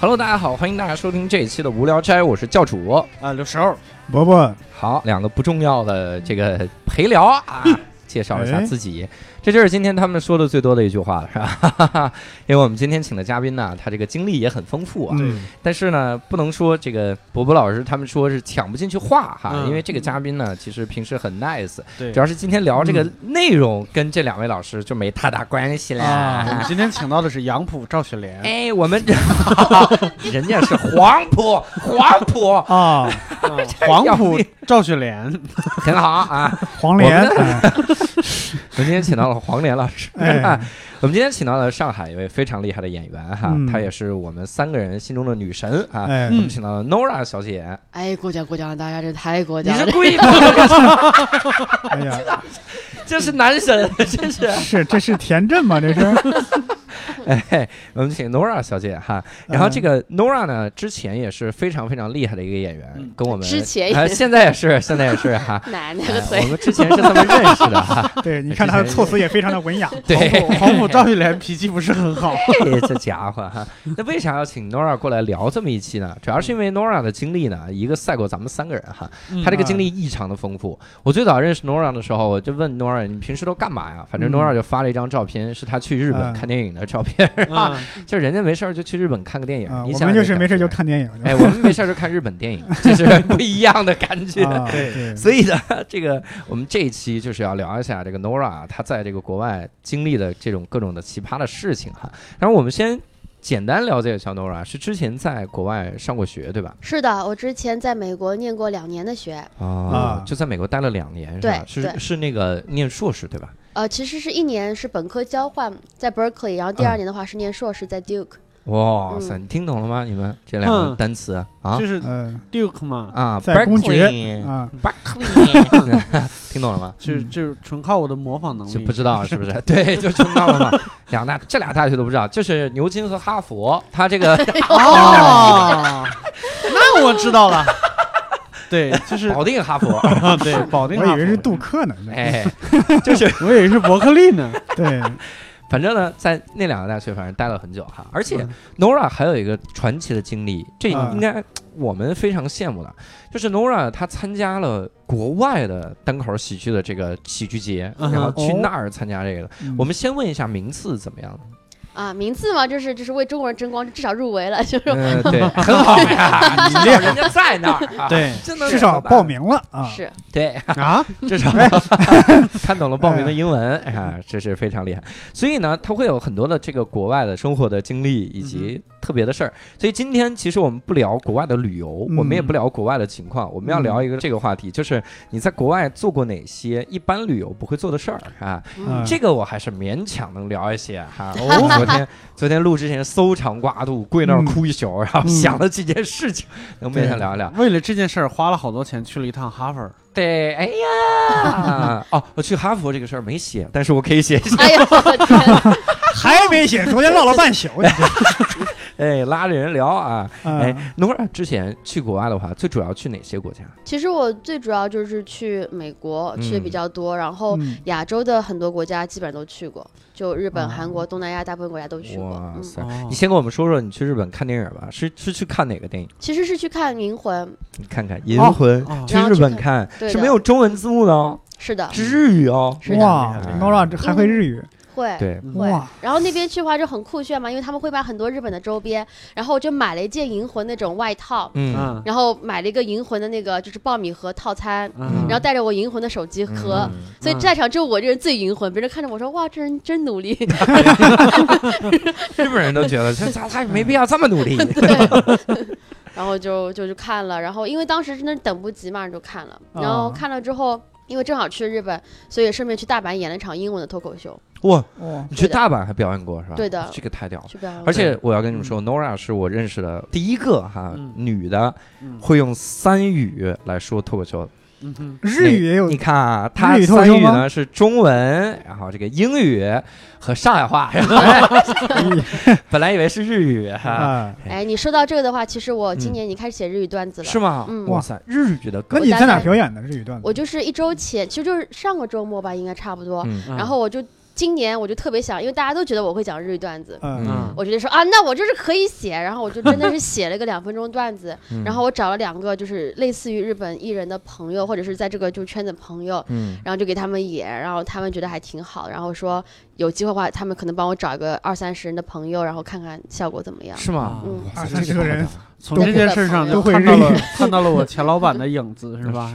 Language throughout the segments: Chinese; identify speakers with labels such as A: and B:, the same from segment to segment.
A: Hello，大家好，欢迎大家收听这一期的无聊斋，我是教主。
B: 啊，刘手，
C: 伯伯，
A: 好，两个不重要的这个陪聊啊， 介绍一下
C: 哎
A: 自己。这就是今天他们说的最多的一句话了， 是吧？因为我们今天请的嘉宾呢，他这个经历也很丰富啊，
C: 嗯，
A: 但是呢，不能说这个伯伯老师他们说是抢不进去话哈，
B: 嗯
A: 因为这个嘉宾呢，其实平时很 nice，
B: 对
A: 主要是今天聊这
C: 嗯
A: 个内容跟这两位老师就没太大关系啦。
B: 啊，我们今天请到的是杨浦赵雪莲
A: 哎，我们 人家是黄埔，黄埔
C: 啊，
B: 啊，黄浦赵雪莲，
A: 很好啊。
C: 黄连，
A: 我
C: 哎
A: 我们今天请到了黄连老师，啊
C: 哎
A: 我们今天请到了上海一位非常厉害的演员哈，
C: 嗯
A: 她也是我们三个人心中的女神啊。
C: 哎
A: 我，们请到了 Nora 小姐，
D: 哎，过奖过奖了，大家这太过
A: 你
D: 奖了
A: 是。故意 的，
C: 哎呀，
A: 这是男神，真是。
C: 是这是田震吗？这是，
A: 哎，我们请 Nora 小姐哈。
C: 嗯
A: 然后这个 Nora 呢，之前也是非常非常厉害的一个演员
B: 嗯，
A: 跟我们
D: 之前
A: 啊
D: 也
A: 现在也是，现在也是 哈。
D: 奶奶
A: 哎
D: 个
A: 我
D: 腿！
A: 们之前是这么认识的 哈。
C: 对，你看他的措辞也非常的 文雅，
A: 对，
B: 黄浦黄浦赵雪莲脾气不是很 好，
A: 嘿这家伙哈，那为啥要请 Nora 过来聊这么一期呢？主要是因为 Nora 的经历呢，一个赛过咱们三个人哈，
C: 嗯
A: 她这个经历异常的丰富。我最早认识 Nora 的时候，我就问 Nora 你平时都干嘛呀？反正
C: 嗯
A: Nora 就发了一张照片，是她去日本
C: 嗯
A: 看电影的照片，
B: 啊，
A: 就人家没事儿就去日本看个电影
C: 啊，，
A: 你
C: 我
A: 想
C: 们就
A: 这
C: 是没事
A: 感觉
C: 就。看电影，
A: 哎，我们没事儿就看日本电影，这是不一样的感觉。
C: 啊，
B: 对
C: 对，
A: 所以呢，这个我们这一期就是要聊一下这个 Nora 啊她在这个国外经历的这种各种的奇葩的事情哈。然后我们先简单了解一下 Nora，是之前在国外上过学对吧？
D: 是的，我之前在美国念过两年的学，
A: 啊
C: 啊
A: 就在美国待了两年是吧？
D: 对对
A: 是是那个念硕士对吧？
D: 呃，其实是一年是本科交换在 Berkeley，然后第
A: 啊
D: 二年的嗯话是念硕士在 Duke。
A: 哇塞，你听懂了吗？你们这两个
B: 嗯
A: 单词啊
B: 就是
C: 嗯
B: Duke 嘛，
A: 啊，
C: 在公爵
A: Berkeley
C: 啊，
A: Berkeley 听懂了吗？
B: 就是就是纯靠我的模仿能
A: 嗯就
B: 力
A: 不，知 道是不是？对，就冲到了嘛。两大这俩大学都不知道，就是牛津和哈佛，他这个
B: 哦，那我知道了，对，就是
A: 保定哈佛，
B: 啊， 对，保定
C: 我
B: 哈佛，
C: 以为是杜克呢，
A: 哎，
B: 我以为是伯克利呢，
C: 对，
A: 反正呢，在那两个大学反正待了很久哈。而且
B: 嗯
A: Nora 还有一个传奇的经历，这
C: 嗯
A: 应该我们非常羡慕的，就是 Nora 她参加了国外的单口喜剧的这个喜剧节，
B: 嗯哼
A: 然后去
C: 哦
A: 那儿参加这个的。
C: 嗯
A: 我们先问一下名次怎么样？
D: 啊，名次嘛，就是就是为中国人争光，至少入围了，就是
A: 嗯，对，很好呀，至 少人家在那儿啊，
B: 对
A: 真的
C: 至少报名了啊，
D: 是
A: 对。
B: 啊，
A: 至少
C: 哎
A: 看懂了报名的英文，哎呀，这是非常厉害。所以呢，他会有很多的这个国外的生活的经历以及
C: 嗯
A: 特别的事儿。所以今天其实我们不聊国外的旅游，
C: 嗯
A: 我们也不聊国外的情况，我们要聊一个这个话题，就是你在国外做过哪些一般旅游不会做的事儿啊？
C: 嗯
A: 这个我还是勉强能聊一些哈。 我昨天昨天录之前搜肠刮肚，跪
C: 嗯
A: 那儿哭一宿，然后想了几件事情，能勉强聊一聊。
B: 为了这件事儿花了好多钱去了一趟哈佛，
A: 对，哎呀， 哦，我去哈佛这个事儿没写，但是我可以 写一写。
D: 哎呀，我的 天！
C: 还没写，昨天唠了半宿，啊你 这
A: 哎，拉着人聊啊。
C: 啊，
A: 哎，Nora 之前去国外的话，最主要去哪些国家？
D: 其实我最主要就是去美
A: 嗯
D: 国去的比较多，然后
C: 嗯
D: 亚洲的很多国家基本上都去过，就日本、
C: 哦
D: 韩国、东南亚大部分国家都去过。
A: 啊哇
D: 嗯，
A: 塞！
B: 哦
A: 你先给我们说说你去日本看电影吧，是是去看哪个电影？
D: 其实是去看《银魂》，
A: 你看看《银魂》
B: 哦
A: 去日本看
D: 对的
A: 是没有中文字幕的哦，
D: 是的，
A: 是日语哦。
D: 是的，
C: 哇，Nora 这还会日语，
D: 会。
A: 对，
D: 会
C: 哇，
D: 然后那边去的话就很酷炫嘛，因为他们会卖很多日本的周边，然后我就买了一件银魂那种外套，
A: 嗯，
B: 嗯
D: 然后买了一个银魂的那个就是爆米盒套餐，
B: 嗯
D: 然后带着我银魂的手机盒。
A: 嗯
D: 所以在场只有我这人最银魂，别人看着我说：“哇，这人真 努力。
A: 日本人都觉得这他他也没必要这么努力。”
D: 然后就就去看了，然后因为当时真的等不及嘛，就看了。然后
A: 啊
C: 哦
D: 看了之后，因为正好去日本，所以顺便去大阪演了一场英文的脱口秀。
A: 哇，
C: 哇，
A: 你去大阪还表演过是吧？
D: 对的
A: 这个太屌了。
D: 去表演
A: 哦而且我要跟你们说，Nora
D: 嗯
A: 是我认识的第一个哈
B: 嗯
A: 女的
B: 嗯
A: 会用三语来说脱口秀的。
B: 嗯哼
C: 日语也有
A: 你看啊，她
C: 日语脱口
A: 三
C: 秀
A: 语
C: 吗
A: 呢是中文，然后这个英语和上海 话。本来本来以为是日语哈，
C: 啊，
D: 哎，你说到这个的话，其实我
A: 嗯
D: 今年已经开始写日语段子了。
A: 是吗？
D: 嗯
A: 哇塞，日语的歌，
C: 那你在哪表演的日语段子？
D: 我就是一周前，其实就是上个周末吧，应该差不多。
A: 嗯
B: 嗯
D: 然后我就今年我就特别想，因为大家都觉得我会讲日语段子，
C: 嗯
B: 嗯
D: 我觉得说啊，那我就是可以写，然后我就真的是写了一个两分钟段子，
B: 嗯
D: 然后我找了两个就是类似于日本艺人的朋友，或者是在这个就圈子朋友，
B: 嗯
D: 然后就给他们演，然后他们觉得还挺好，然后说有机会的话，他们可能帮我找一个二三十人的朋友，然后看看效果怎么样。
A: 是吗？
D: 嗯
A: 哇
C: 二
A: 塞
C: 三十
A: 个
C: 啊个人
A: 太大了
B: 从这件事上
D: 都
B: 就
C: 会
B: 看到
C: 日
B: 了
C: 语
B: 看到了我前老板的影子 是吧？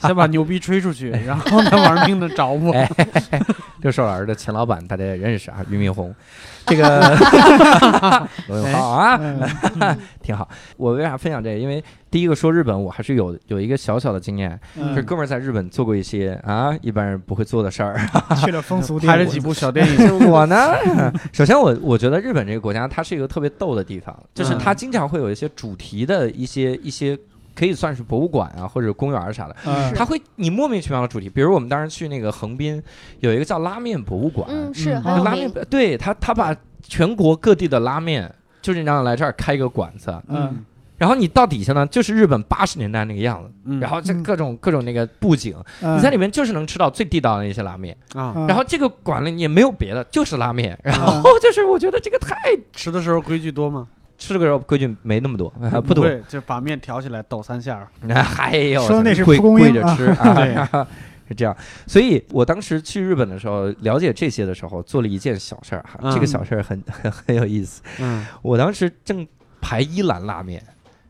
B: 先把牛逼吹出去，然后再玩命的找我。
A: 哎，嘿嘿六兽老师的前老板大家也认识啊，俞敏洪，这 个 罗永浩啊，
C: 嗯
A: 挺好。我为啥分享这个？因为第一个说日本，我还是有有一个小小的经验，
C: 嗯
A: 是哥们儿在日本做过一些啊一般人不会做的事儿。
C: 去了风俗店，
B: 拍了几部小 电影，
A: 我呢，首先我我觉得日本这个国家，它是一个特别逗的地方，就是
B: 嗯
A: 它经常会有一些主题的一些一些。可以算是博物馆啊，或者公园儿啥的，
C: 嗯
A: 它会你莫名其妙的主题，比如我们当时去那个横滨，有一个叫拉面博物馆，
D: 嗯，是
B: 嗯
D: 很有
A: 拉
D: 名
A: 面，对他他把全国各地的拉面，就是让来这儿开一个馆子，
C: 嗯
A: 然后你到底下呢，就是日本八十年代那个样子，
B: 嗯
A: 然后这
C: 嗯
A: 各种各种那个布景，
C: 嗯
A: 你在里面就是能吃到最地道的一些拉面，
B: 啊，
C: 嗯
A: 然后这个馆里也没有别的，就是拉面，然后
C: 嗯
A: 就是我觉得这个太
B: 吃的时候规矩多吗？
A: 吃这个时候规矩没那么多，
C: 嗯
A: 啊不多， 哎
B: 对，就把面挑起来抖三下儿。
A: 还有
C: 说的那是
A: 跪
C: 蒲公
A: 跪
C: 英
A: 着
C: 啊
A: 吃啊， 是这样。所以我当时去日本的时候，了解这些的时候，做了一件小事儿哈，
B: 嗯
A: 这个小事儿很 很很有意思。
B: 嗯
A: 我当时正排一兰拉面，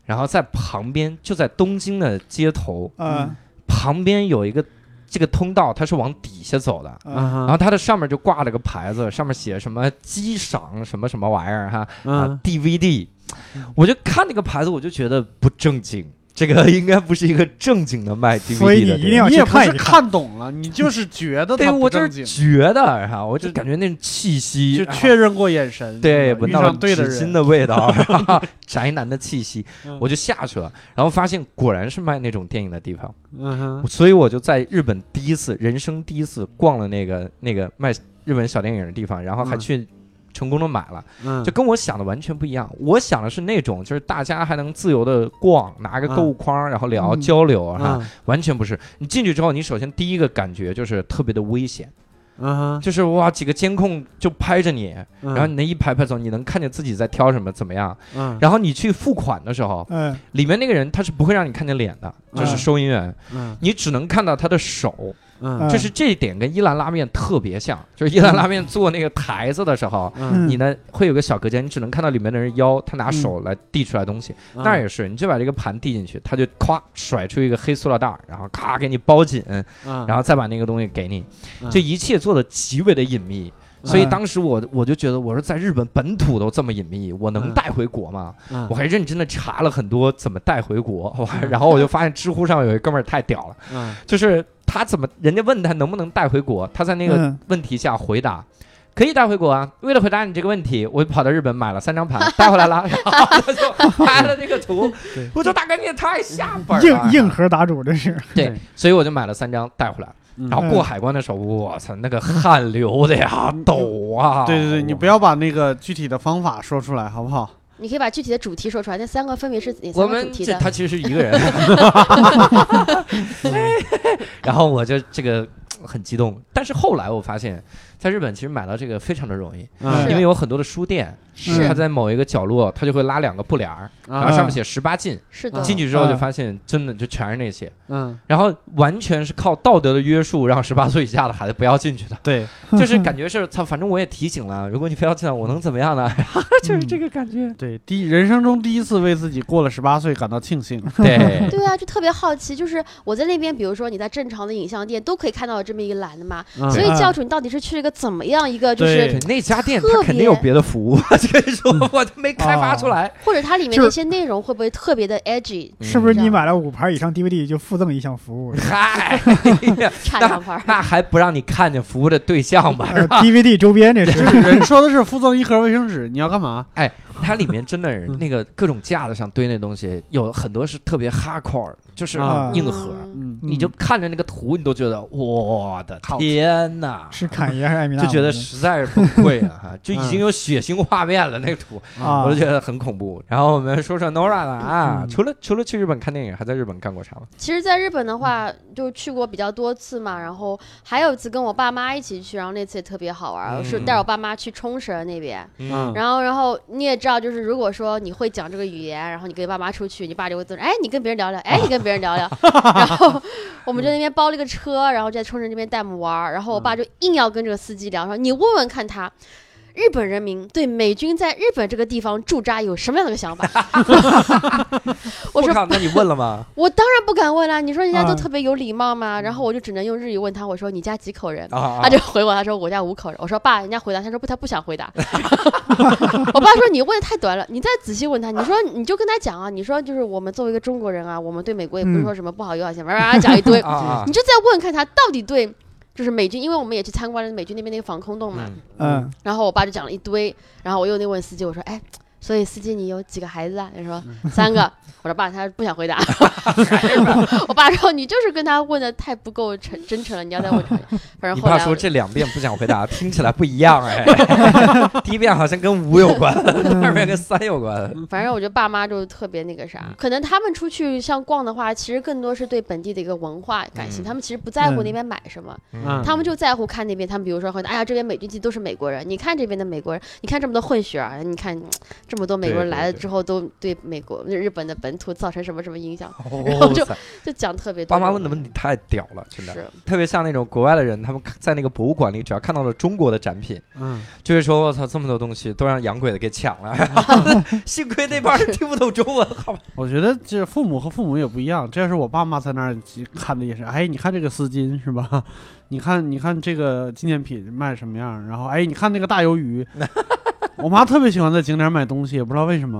A: 然后在旁边就在东京的街头
C: 嗯
A: 旁边有一个这个通道，它是往底下走的。
C: 嗯
A: 然后它的上面就挂了个牌子，上面写什么机赏什么什么玩意儿哈、啊
B: 嗯
A: DVD，我就看那个牌子，我就觉得不正经，这个应该不是一个正经的卖 DVD 的。
C: 所以你一定要
B: 你也
C: 去
B: 不
C: 看
B: 是
C: 一看，
B: 看懂了，你就是觉得
A: 啊对
B: 它
A: 我
B: 不
A: 就
B: 正
A: 是
B: 经，
A: 觉得哈、我就感觉那种气息，
B: 就
A: 然后
B: 确认过眼神，
A: 对，
B: 是吧
A: 闻
B: 遇
A: 到了
B: 上对的
A: 纸巾
B: 人，
A: 的味 道，然后宅男的气息
B: 嗯，
A: 我就下去了，然后发现果然是卖那种电影的地方，
B: 嗯哼，
A: 所以我就在日本第一次，人生第一次逛了那个那个卖日本小电影的地方，然后还
B: 嗯
A: 去。成功的买了，
B: 嗯
A: 就跟我想的完全不一样。我想的是那种，就是大家还能自由的逛，拿个购物筐，然后聊
C: 嗯
A: 交流啊哈，
B: 嗯
A: 完全不是。你进去之后，你首先第一个感觉就是特别的危险，
B: 嗯
A: 就是哇，几个监控就拍着你，
B: 哼，
A: 然后你那一排排走，你能看见自己在挑什么，怎么样？
B: 嗯
A: 然后你去付款的时候，
C: 嗯
A: 里面那个人他是不会让你看见脸的，就是
C: 嗯
A: 收银员，
B: 嗯
A: 你只能看到他的手。
B: 嗯
A: 就是这一点跟伊兰拉面特别像，就是伊兰拉面做那个台子的时候，
B: 嗯，
A: 你呢会有个小隔间，你只能看到里面的人腰，他拿手来递出来东西。
B: 嗯
A: 那儿也是，你就把这个盘递进去，他就咵甩出一个黑塑料袋儿，然后咔给你包紧，
B: 嗯，
A: 然后再把那个东西给你。
B: 嗯
A: 这一切做的极为的隐秘。
B: 嗯
A: 所以当时我我就觉得，我说在日本本土都这么隐秘，我能
B: 嗯
A: 带回国吗？
B: 嗯
A: 我还认真的查了很多怎么带回国，哇然后我就发现知乎上有一哥们儿太屌了，
B: 嗯
A: 就是他怎么人家问他能不能带回国，他在那个
C: 嗯
A: 问题下回答。可以带回国啊！为了回答你这个问题，我跑到日本买了三张盘，带回来 了，然后他就拍了这个图
B: 对。
A: 我说大哥，你也太下本儿了
D: 啊
C: 硬！硬核答主这是，
A: 对，所以我就买了三张带回来。
B: 嗯
A: 然后过海关的时候，我操，那个汗流的呀，抖啊！
B: 嗯对对对，你不要把那个具体的方法说出来，好不好？
D: 你可以把具体的主题说出来，那三个分别是哪
A: 我
D: 三个
A: 们
D: 主题
A: 这
D: 的？
A: 他其实是一 个人， 然后我就这个很激动。但是后来我发现，在日本其实买到这个非常的容易，
B: 嗯
C: 是
A: 因为有很多的书店，
C: 是
A: 它在某一个角落，它就会拉两个布帘儿，然后
B: 啊
A: 上面写十八禁。
D: 是的，
A: 进去之后就
C: 嗯
A: 发现，真的就全是那些，
B: 嗯，
A: 然后完全是靠道德的约束，让十八岁以下的孩子不要进去的。
B: 对，
A: 就是感觉是，操，反正我也提醒了，如果你非要进来，我能怎么样呢？就是这个感觉。
B: 对，第一人生中第一次为自己过了十八岁感到庆幸。
A: 对，
D: 对啊，就特别好奇，就是我在那边，比如说你在正常的影像店都可以看到有这么一栏的嘛，
B: 嗯
D: 所以
C: 嗯
D: 教主你到底是去了一个怎么样一个，就
B: 对
D: 是
A: 对那家店
D: 特
A: 它
D: 别
A: 肯定有别的服务，这个说我都没开发出来。
D: 或者它里面
C: 就
D: 那
C: 是
D: 些内容会不会特别的 edgy
C: 是不是
D: 啊
C: 你买了五盘以上 DVD 就附赠一项 服务？
A: 嗨，
D: 差两盘儿？
A: 那还不让你看见服务的对象吧？
C: 呃 DVD 周边这，
B: 就是 人说的是附赠一盒卫生纸，你要干嘛？
A: 它里面真的是那个各种架子上堆那东西，有很多是特别 hardcore，就是
B: 啊
A: 硬核。
D: 嗯
B: 嗯，
A: 你就看着那个图，你都觉得我的天呐，
C: 是侃爷还是艾米纳
A: 就
C: 姆呢？
A: 觉得实在是崩溃了哈，就已经有血腥画面了那个图，
C: 啊，
A: 我就觉得很恐怖。然后我们说说 Nora 了啊，
C: 嗯
A: 除了除了去日本看电影，还在日本干过啥吗？
D: 其实，在日本的话，就去过比较多次嘛，然后还有一次跟我爸妈一起去，然后那次也特别好玩，
A: 嗯
D: 是带我爸妈去冲绳那边。
B: 嗯
D: 然后，然后你也知道，就是如果说你会讲这个语言，然后你跟爸妈出去，你爸就会总哎，你跟别人聊聊，哎，你跟别人聊聊。然后我们就那边包了一个车，然后在冲绳这边带我们玩儿，然后我爸就硬要跟这个司机聊，说你问问看他。日本人民对美军在日本这个地方驻扎有什么样的想法？我说
A: 靠，那你问了吗？
D: 我当然不敢问啦、你说人家都
C: 啊
D: 特别有礼貌嘛，然后我就只能用日语问他，我说你家几口人？
A: 啊，。
D: 他就回我，他说我家五口人。我说爸，人家回答，他说不，他不想回 答。我爸说你问的太短了，你再仔细问他。你说你就跟他讲啊，你说就是我们作为一个中国人啊，我们对美国也不是
C: 嗯
D: 说什么不好有好想法，叭叭讲一堆
A: 啊
D: 你就再问看他到底对，就是美军，因为我们也去参观了美军那边那个防空洞嘛。
A: 嗯
C: 嗯，
D: 然后我爸就讲了一堆，然后我又那问司机，我说哎。所以司机，你有几个孩子啊？他说三个。我说爸，他不想回答。 我爸说你就是跟他问的太不够诚真诚了，你 要再问诚。反正
A: 你
D: 后
A: 爸
D: 来
A: 说
D: 我
A: 这两遍不想回答，听起来不一样哎。第一遍好像跟五有关，
D: 嗯
A: 第二遍跟三有关。
D: 反正我觉得爸妈就特别那个
A: 嗯
D: 啥，可能他们出去像逛的话，其实更多是对本地的一个文化感兴趣，
A: 嗯
D: 他们其实不在乎
C: 嗯
D: 那边买什么，
B: 嗯
D: 他们就在乎看那边。他们比如说会，哎呀，这边美军其实都是美国人，你看这边的美国人，你看这么多混血儿，你看嗯这么多美国人
A: 对对
D: 来了
A: 对
D: 之后，都对美国日本的本土造成什么什么影响，然后
A: 哦
D: 就
A: 塞
D: 就讲特别多。
A: 爸妈问的问题太屌了，真的，
D: 是，
A: 特别像那种国外的人，他们在那个博物馆里，只要看到了中国的展品，
B: 嗯，
A: 就会说：“我操，这么多东西都让洋鬼子给抢 了。” 幸亏那帮人听不懂中文，好吧？
B: 我觉得这父母和父母也不一样。这要是我爸妈在那儿看的也是，哎，你看这个丝巾是吧？ 你看，你看这个纪念品卖什么样？然后，哎，你看那个大鱿 鱼。我妈特别喜欢在景点买东西，也不知道为什么。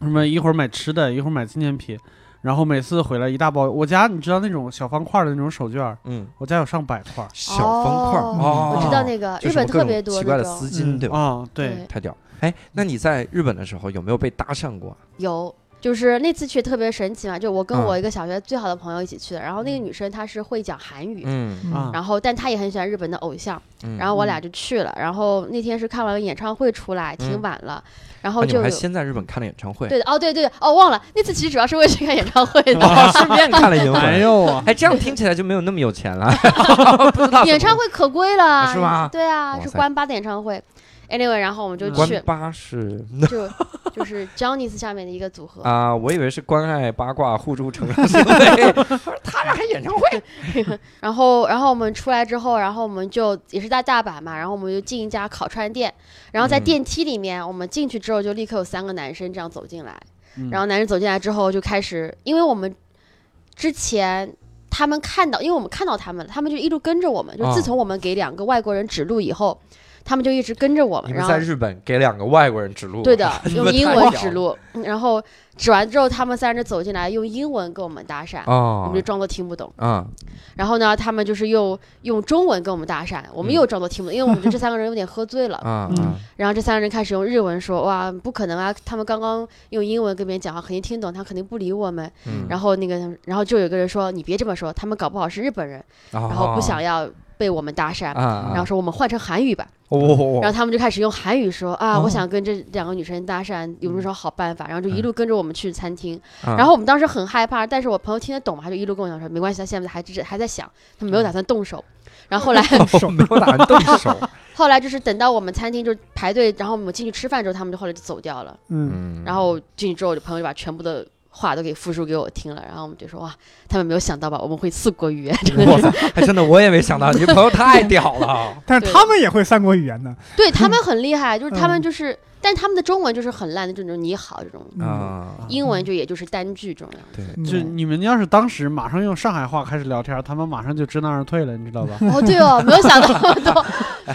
B: 什么一会儿买吃的，一会儿买纪念品，然后每次回来一大包。我家你知道那种小方块的那种手绢儿，
A: 嗯，
B: 我家有上百块儿
A: 小方块儿，
D: 哦
A: 哦
D: 我知道那个
A: 就
D: 日
A: 是
D: 本
A: 什么
D: 特
A: 各
D: 别
A: 种
D: 多
A: 奇怪
D: 那
A: 的
D: 种哦
A: 丝巾，
C: 嗯
A: 对吧？
B: 啊、对，
A: 太屌！哎，那你在日本的时候有没有被搭讪过？
D: 有，就是那次去特别神奇嘛，就我跟
A: 嗯
D: 我一个小学最好的朋友一起去的，然后那个女生她是会讲韩语。
A: 嗯
B: 啊，
D: 然后，但她也很喜欢日本的偶像，
A: 嗯
D: 然后我俩就去了。然后那天是看完了演唱会出来，挺
A: 嗯
D: 晚了，然
A: 啊
D: 后
A: 你们
D: 哦就
A: 还
D: 有
A: 先在日本看了演唱会，
D: 对的哦，对对哦，忘了那次其实主要是为了去看演唱会的。
A: 哦，顺便看了一
B: 哎
A: 会。
B: 呦 啊，
A: 哎，这样听起来就没有那么有钱了，不知道怎么
D: 演唱会可贵了，
A: 是吗
D: 对啊，
A: 哇
D: 是
A: 塞
D: 关八的演唱会。Anyway，然后我们就
B: 嗯
A: 关
D: 去，
A: 八是
D: 就就是 Johnny's 下面的一个组合，
A: 啊，我以为是关爱八卦互助成长行为， 他俩还演唱会，
D: 然后，然后我们出来之后，然后我们就也是在大阪嘛，然后我们就进一家烤串店，然后在
A: 嗯
D: 电梯里面，我们进去之后就立刻有三个男生这样走进来，
B: 嗯
D: 然后男生走进来之后就开始，因为我们之前他们看到，因为我们看到他们了，他们就一路跟着我们，就
A: 哦
D: 自从我们给两个外国人指路以后，他们就一直跟着我们，
A: 你
D: 然
A: 们
D: 后
A: 在日本给两个外国人指路，，
D: 对的
A: 你
D: 用
A: 们
D: 英
A: 太
D: 文
A: 屌
D: 指
A: 了
D: 路，嗯然后指完之后，他们三人就走进来，用英文跟我们搭讪，我
A: 哦
D: 们就装作听不懂。
A: 啊，
D: 然后呢，他们就是又用中文跟我们搭讪，我们
A: 嗯
D: 又装作听不懂，因为我们觉得这三个人有点喝醉了。
A: 啊
C: 嗯
A: 啊
D: 然后这三个人开始用日文说：“哇，不可能啊！他们刚刚用英文跟别人讲话，肯定听懂，他肯定不理我们。”
A: 嗯
D: 然后那个，然后就有一个人说：“你别这么说，他们搞不好是日本人，
A: 然
D: 然后
A: 哦
D: 不想要被我们搭讪。
A: 啊，哦
D: 然后说：“我们换成韩语吧。”
A: 我
D: 然后他们就开始用韩语说啊，我
A: 哦嗯
D: 想跟这两个女生搭讪，有没有什么好办法？然后就一路跟着我们去餐厅。
A: 然
D: 然后我们当时很害怕，但是我朋友听得懂嘛，他就一路跟我讲说，没关系，他现在还只是还在想，他
A: 嗯
D: 没有打算动手。然后后来，
A: 手没有打算动手，
D: 后来就是等到我们餐厅就是排队，然后我们进去吃饭之后，他们就后来就走掉了。
C: 嗯，，
A: 嗯
D: 然后进去之后，我就朋友就把全部的话都给复述给我听了。然后我们就说哇，他们没有想到吧，我们会四国语言，真的
A: 哇塞，还真的我也没想到，你朋友太屌了
C: 但是他们也会三国语言呢。
D: 对
B: 嗯
D: 他们很厉害，就是他们
C: 嗯
D: 就是，但他们的中文就是很烂的这种你好这种，
C: 嗯，
A: 啊，
D: 英文就也就是单句这种样。
A: 对，
C: 嗯
B: 就你们要是当时马上用上海话开始聊天，他们马上就知难而退了，你知道吧？
D: 哦，对哦，没有想到 那么多，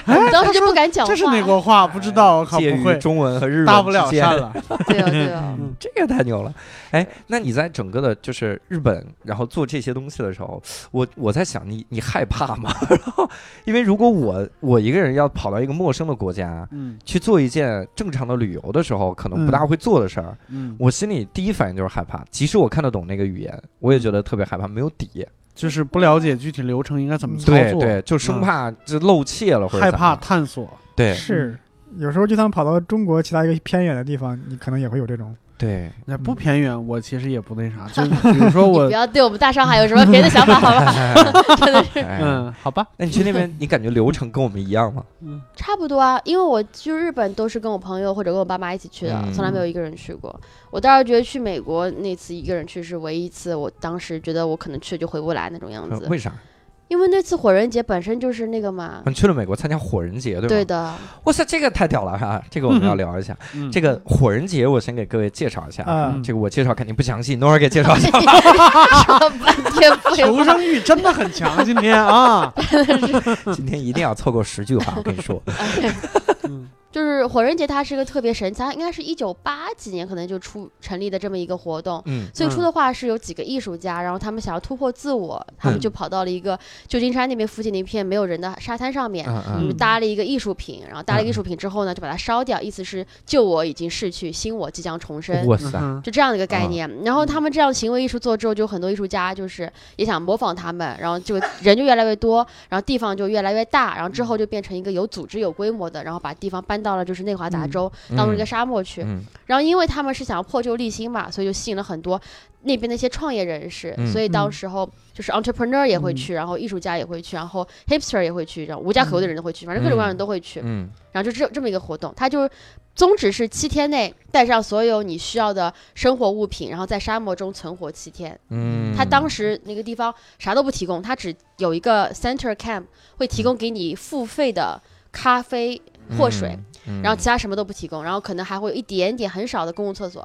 D: 我当时就不敢讲话。
B: 哎这是哪国话？不知道，我靠，
A: 哎介
B: 不
A: 于
B: 会，
A: 中文和日文
B: 大不了
A: 之间
B: 删了。
D: 对哦，对哦。
A: 嗯这个太牛了，哎，那你在整个的就是日本，然后做这些东西的时候，我我在想你，你害怕吗？ 然后，因为如果我我一个人要跑到一个陌生的国家
B: 嗯
A: 去做一件政常的旅游的时候可能不大会做的事儿，
B: 嗯，
A: 我心里第一反应就是害怕。即使我看得懂那个语言，我也觉得特别害怕，没有底。
B: 就是不了解具体流程应该怎嗯么操
A: 对
B: 作，嗯
A: 对，就生怕这漏气了或者
B: 害
A: 咋
B: 怕
A: 的。
B: 探索，
A: 对嗯
C: 是，有时候就算跑到中国其他一个偏远的地方，你可能也会有这种。
A: 对，
B: 那不偏远，我其实也不那 啥，就比如说
D: 你
B: 我
D: 不，要对我们大上海有什么别的想法，好吧？ 真的是
A: 哎
B: 嗯，好吧，
A: 那你去那边，你感觉流程跟我们一样吗？
B: 嗯，
D: 差不多啊，因为我去日本都是跟我朋友或者跟我爸妈一起去的，
A: 嗯
D: 从来没有一个人去过。我倒是觉得去美国那次一个人去是唯一一次，我当时觉得我可能去就回不来那种
B: 嗯
D: 样子，
A: 呃为啥？嗯
D: 因为那次火人节本身就是那个嘛。
A: 你去了美国参加火人
B: 嗯
A: 节，对吗？
D: 对的，
A: 哇塞，这个太屌了
D: 嗯
A: 哈！这个我们要聊一下。
B: 嗯
A: 这个火人节，我先给各位介绍一下。
D: 嗯
C: 啊
A: 嗯这个我介绍肯定不详细，诺儿给介绍一 下。
D: 说了 半天废
B: 求
D: 话，
B: 生欲真的很强，今天 啊，
A: 今天一定要凑够十句话，我跟你
D: 哎
A: 说。
B: 嗯
D: 就是火人节，它是个特别神奇，它应该是一九八几年可能就出成立的这么一个活动。
A: 嗯
D: 最初的话是有几个艺术家，然后他们想要突破自我，
A: 嗯
D: 他们就跑到了一个旧金山那边附近的一片没有人的沙滩上面，
A: 嗯
D: 就
A: 嗯
B: 嗯
D: 搭了一个艺术品，然后搭了一
A: 嗯
D: 个艺术品之后呢，就把它烧掉，意思是旧我已经逝去，新我即将重生
A: 嗯，。哇
B: 嗯
A: 塞，
B: 哼
D: 就这样的一个
A: 啊
D: 概念，然后他们这样行为艺术做之后，就很多艺术家就是也想模仿他们，然 后就人就越来越多，然后地方就越来越大，然后
A: 嗯
D: 之后就变成一个有组织、有规模的，然后把地方搬到了就是内华达州，当做一个沙漠去。
A: 嗯
D: 然后因为他们是想要破旧立新嘛，所以就吸引了很多那边的一些创业人士，
A: 嗯
D: 所以到
C: 嗯
D: 时候就是 entrepreneur 也会
B: 嗯
D: 去，然后艺术家也会去，然后 hipster 也会去，然后无家可归的人都会去，反正各种各样的人都会去。
A: 嗯
D: 然后就这这么一个活动，它就是宗旨是七天内带上所有你需要的生活物品，然后在沙漠中存活七天。
A: 嗯，
D: 他当时那个地方啥都不提供，他只有一个 center camp 会提供给你付费的咖啡或水。
A: 嗯，
D: 然后其他什么都不提供，然后可能还会有一点点很少的公共厕所，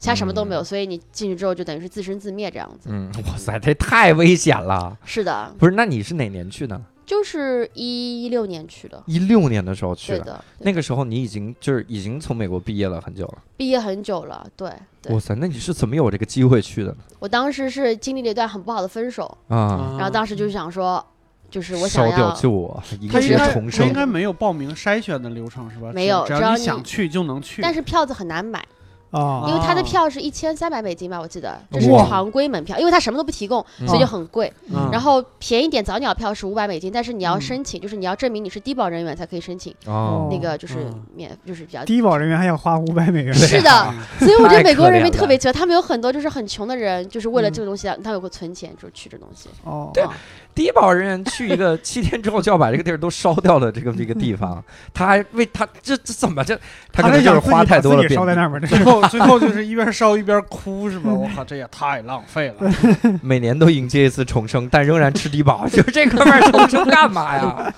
D: 其他什么都没有，所以你进去之后就等于是自生自灭这样子。
A: 嗯，嗯哇塞，这太危险了。
D: 是的，
A: 不是，那你是哪年去的？
D: 就是一六年去的，
A: 一六年的时候去
D: 对
A: 的。
D: 的，对
A: 那个时候你已经就是已经从美国毕业了很久了。
D: 毕业很久了，对对
A: 哇。塞，那你是怎么有这个机会去的呢？
D: 我当时是经历了一段很不好的分手，
B: 嗯
A: 啊，
D: 然后当时就想说，就是我想
A: 烧掉
D: 要。
A: 救我，一
B: 他
A: 个
B: 应
A: 接
B: 该
A: 重
B: 他应
A: 生。
B: 该没有报名筛选的流程是吧？
D: 没有
B: 只
D: 只要
B: 你
D: 你
B: 想去就能去。
D: 但是票子很难买，
C: 啊
D: 因为它的
B: 哦
D: 票是一千三百美金吧，我记得这是
A: 哇哦
D: 常规门票，因为它什么都不提供，所以就很贵。
B: 嗯
D: 然后便宜点早鸟票是五百美金，但是你要
B: 嗯
D: 申请，就是你要证明你是低保人员才可以申请
A: 哦
D: 那
C: 哦
D: 个，就是
B: 嗯
D: 免，就是比较
C: 低保人员还要花五百 美元，
D: 是的，
B: 啊
D: 所以我觉
A: 太
D: 得美国
A: 可
D: 人
A: 怜
D: 民特
A: 了
D: 别奇怪，他们有很多就是很穷的人，就是为了
B: 嗯
D: 这个东西，啊他们会存钱，就是去这东西。
C: 哦，
D: 啊
A: 低保人员去一个七天之后就要把这个地儿都烧掉的这个这个地方，他还为他这这怎么这他可能
C: 是
A: 就
C: 想
A: 是
C: 自己
A: 花太多
C: 把
A: 了
C: 自己
A: 变
C: 烧在那儿吗？这
B: 最后最后就是一边烧一边哭是吧？我靠，这也太浪费了。
A: 每年都迎接一次重生，但仍然吃低保， 就是这哥们儿重生干嘛呀？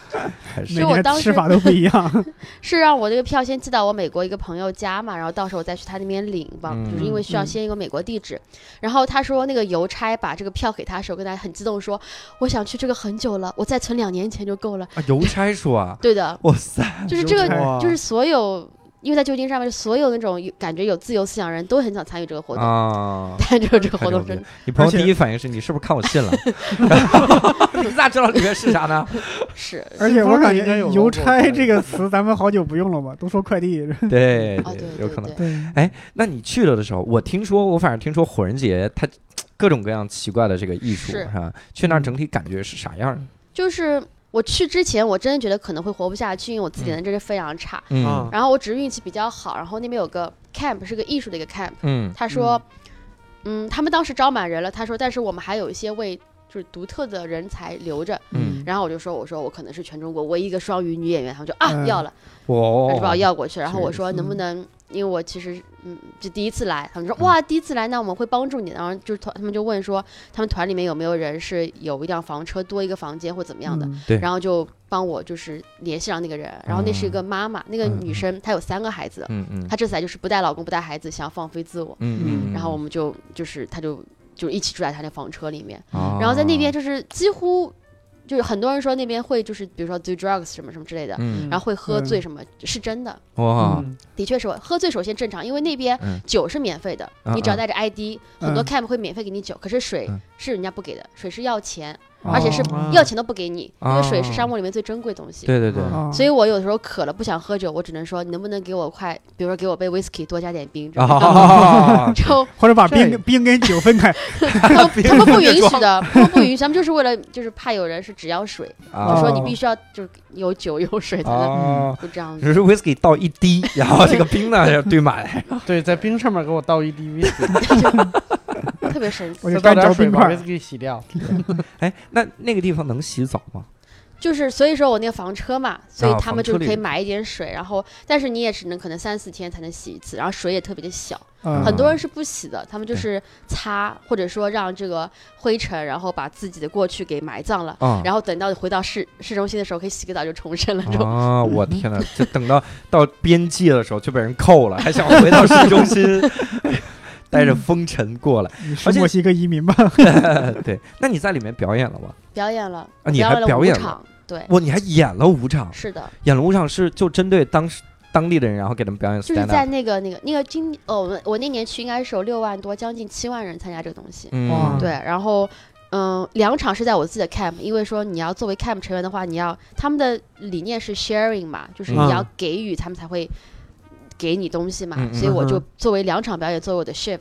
A: 还是
C: 每
D: 我
C: 年
D: 当
C: 吃
D: 时
C: 法都不一样。
D: 是让我这个票先寄到我美国一个朋友家嘛，然后到时候我再去他那边领吧，
A: 嗯
D: 就是因为需要先一个美国地址。然后他说那个邮差把这个票给他的时候，跟他很激动说：“我想去这个很久了，我再存两年钱就够了。
A: 啊邮差说啊”，
D: 对的，
A: 哇塞，啊
D: 就是这个，
B: 哇
D: 就是所有。因为在旧金山嘛，所有那种有感觉有自由思想的人都很想参与这个活动，
A: 啊！
D: 但就是这个活动
A: 太牛
D: 真
A: 逼了你朋友
C: 而且
A: 第一反应是你是不是看我信了？ 你咋知道里面是啥呢？
D: 是
C: 而且我感
B: 应该
C: 觉
B: 有
C: “
B: 邮
C: 邮
B: 差
C: 差”这个词咱们好久不用了吧？都说快递。
A: 对
D: 哦，对
A: 有
D: 对
A: 可能。
C: 对，
A: 哎，那你去了的时候，我听说，我反正听说火人节它各种各样奇怪的这个艺术
D: 是
A: 哈，去那儿整体感觉是啥样儿？
D: 就是我去之前，我真的觉得可能会活不下去，因为我自己能力真是非常差。
A: 嗯
B: 啊
D: 然后我只是运气比较好，然后那边有个 camp 是个艺术的一个 camp，
A: 嗯
D: 他说，嗯他们当时招满人了，他说，但是我们还有一些为就是独特的人才留着。
A: 嗯，
D: 然后我就说，我说我可能是全中国唯一一个双语女演员，他们就啊、
C: 嗯
D: 要了，他就把我
A: 哇，
D: 要过去。然后我说
C: 是
D: 能不能，因为我其实嗯就第一次来，他们说哇第一次来，那我们会帮助你。然后就是团他们就问说，他们团里面有没有人是有一辆房车多一个房间或怎么样的。
C: 嗯
A: 对
D: 然后就帮我就是联系上那个人，然后那是一个妈妈，那个
A: 嗯
D: 女生她有三个孩子，
A: 嗯嗯
D: 她这次来就是不带老公不带孩子，想要放飞自我，
A: 嗯嗯，
D: 然后我们就就是她就就一起住在她的房车里面，
A: 哦，
D: 然后在那边就是几乎就是很多人说那边会就是比如说 do drugs 什么什么之类的，
A: 嗯啊
D: 然后会喝醉什么，是真的，
A: 哇，
B: 嗯
D: 的确是会喝醉首先正常，因为那边
A: 嗯
D: 酒是免费的，
A: 嗯
D: 你只要带着 ID，、很多
C: 嗯
D: camp 会免费给你酒，可是水
A: 嗯
D: 是人家不给的，水是要钱。而且是
B: 哦
D: 要钱都不给你，因
A: 哦
D: 为水是沙漠里面最珍贵的东西。
A: 对对对，
C: 啊，
D: 所以我有时候渴了不想喝酒，我只能说你能不能给我快，比如说给我杯 whisky 多加点冰，这样
A: 啊，
D: 然后
C: 或者把
A: 这
C: 冰跟冰跟酒分开，
D: 他们 他们不允许的，他们不允许，他们就是为了就是怕有人是只要水，就
A: 啊
D: 说你必须要嗯就是有酒有水才能
A: 哦，
D: 就这样子。
A: 只是 whisky 倒一滴，然后这个冰 呢就堆满，
B: 对，在冰上面给我倒一滴威 士忌，
D: 特别神奇。
C: 我就
B: 再倒
C: 干
B: 点
C: 嚼
B: 水
C: 冰
B: 把
C: 块
B: 威。士忌洗掉。
A: 哎，那那个地方能洗澡 吗？
D: 就是所以说我那个房车嘛，所以
A: 啊
D: 他
A: 房
D: 们
A: 车
D: 就是可
A: 里
D: 以买一点水，然后但是你也只能可能三四天才能洗一次，然后水也特别的小，
A: 啊
C: 嗯
D: 很多人是不洗的，他们就是擦或者说让这个灰尘，然后把自己的过去给埋葬了。
A: 啊。
D: 然后等到回到市市中心的时候，可以洗个 澡就嗯重生了。这种、
A: 啊！我天哪！就等到到边界的时候就被人扣了，还 想回到市中心，带
D: 嗯
A: 着风尘过来。
C: 你是
A: 而且
C: 墨西哥 移民吧？
A: 对，那你在里面表演了吗？
D: 表演了，
A: 啊你还
D: 演了
A: 表
D: 五
A: 演了
D: 场，对，
A: 哇，你还演了五场，
D: 是的，
A: 演了五场是就针对当时当地的人，然后给他们表演
D: 就是
A: stand
D: 在
A: up。
D: 那个那个那个今哦，我们我那年去应该是有六万多，将近七万人参加这个东西。
A: 嗯
C: 哇，
D: 对，然后嗯，两场是在我自己的 camp，因为说你要作为 camp 成员的话，你要他们的理念是 sharing 嘛，就是你
B: 嗯
D: 要给予，他们才会给你东西嘛，
A: 嗯嗯
D: 所以我就
B: 嗯
D: 作为两场表演作为我的 shift，、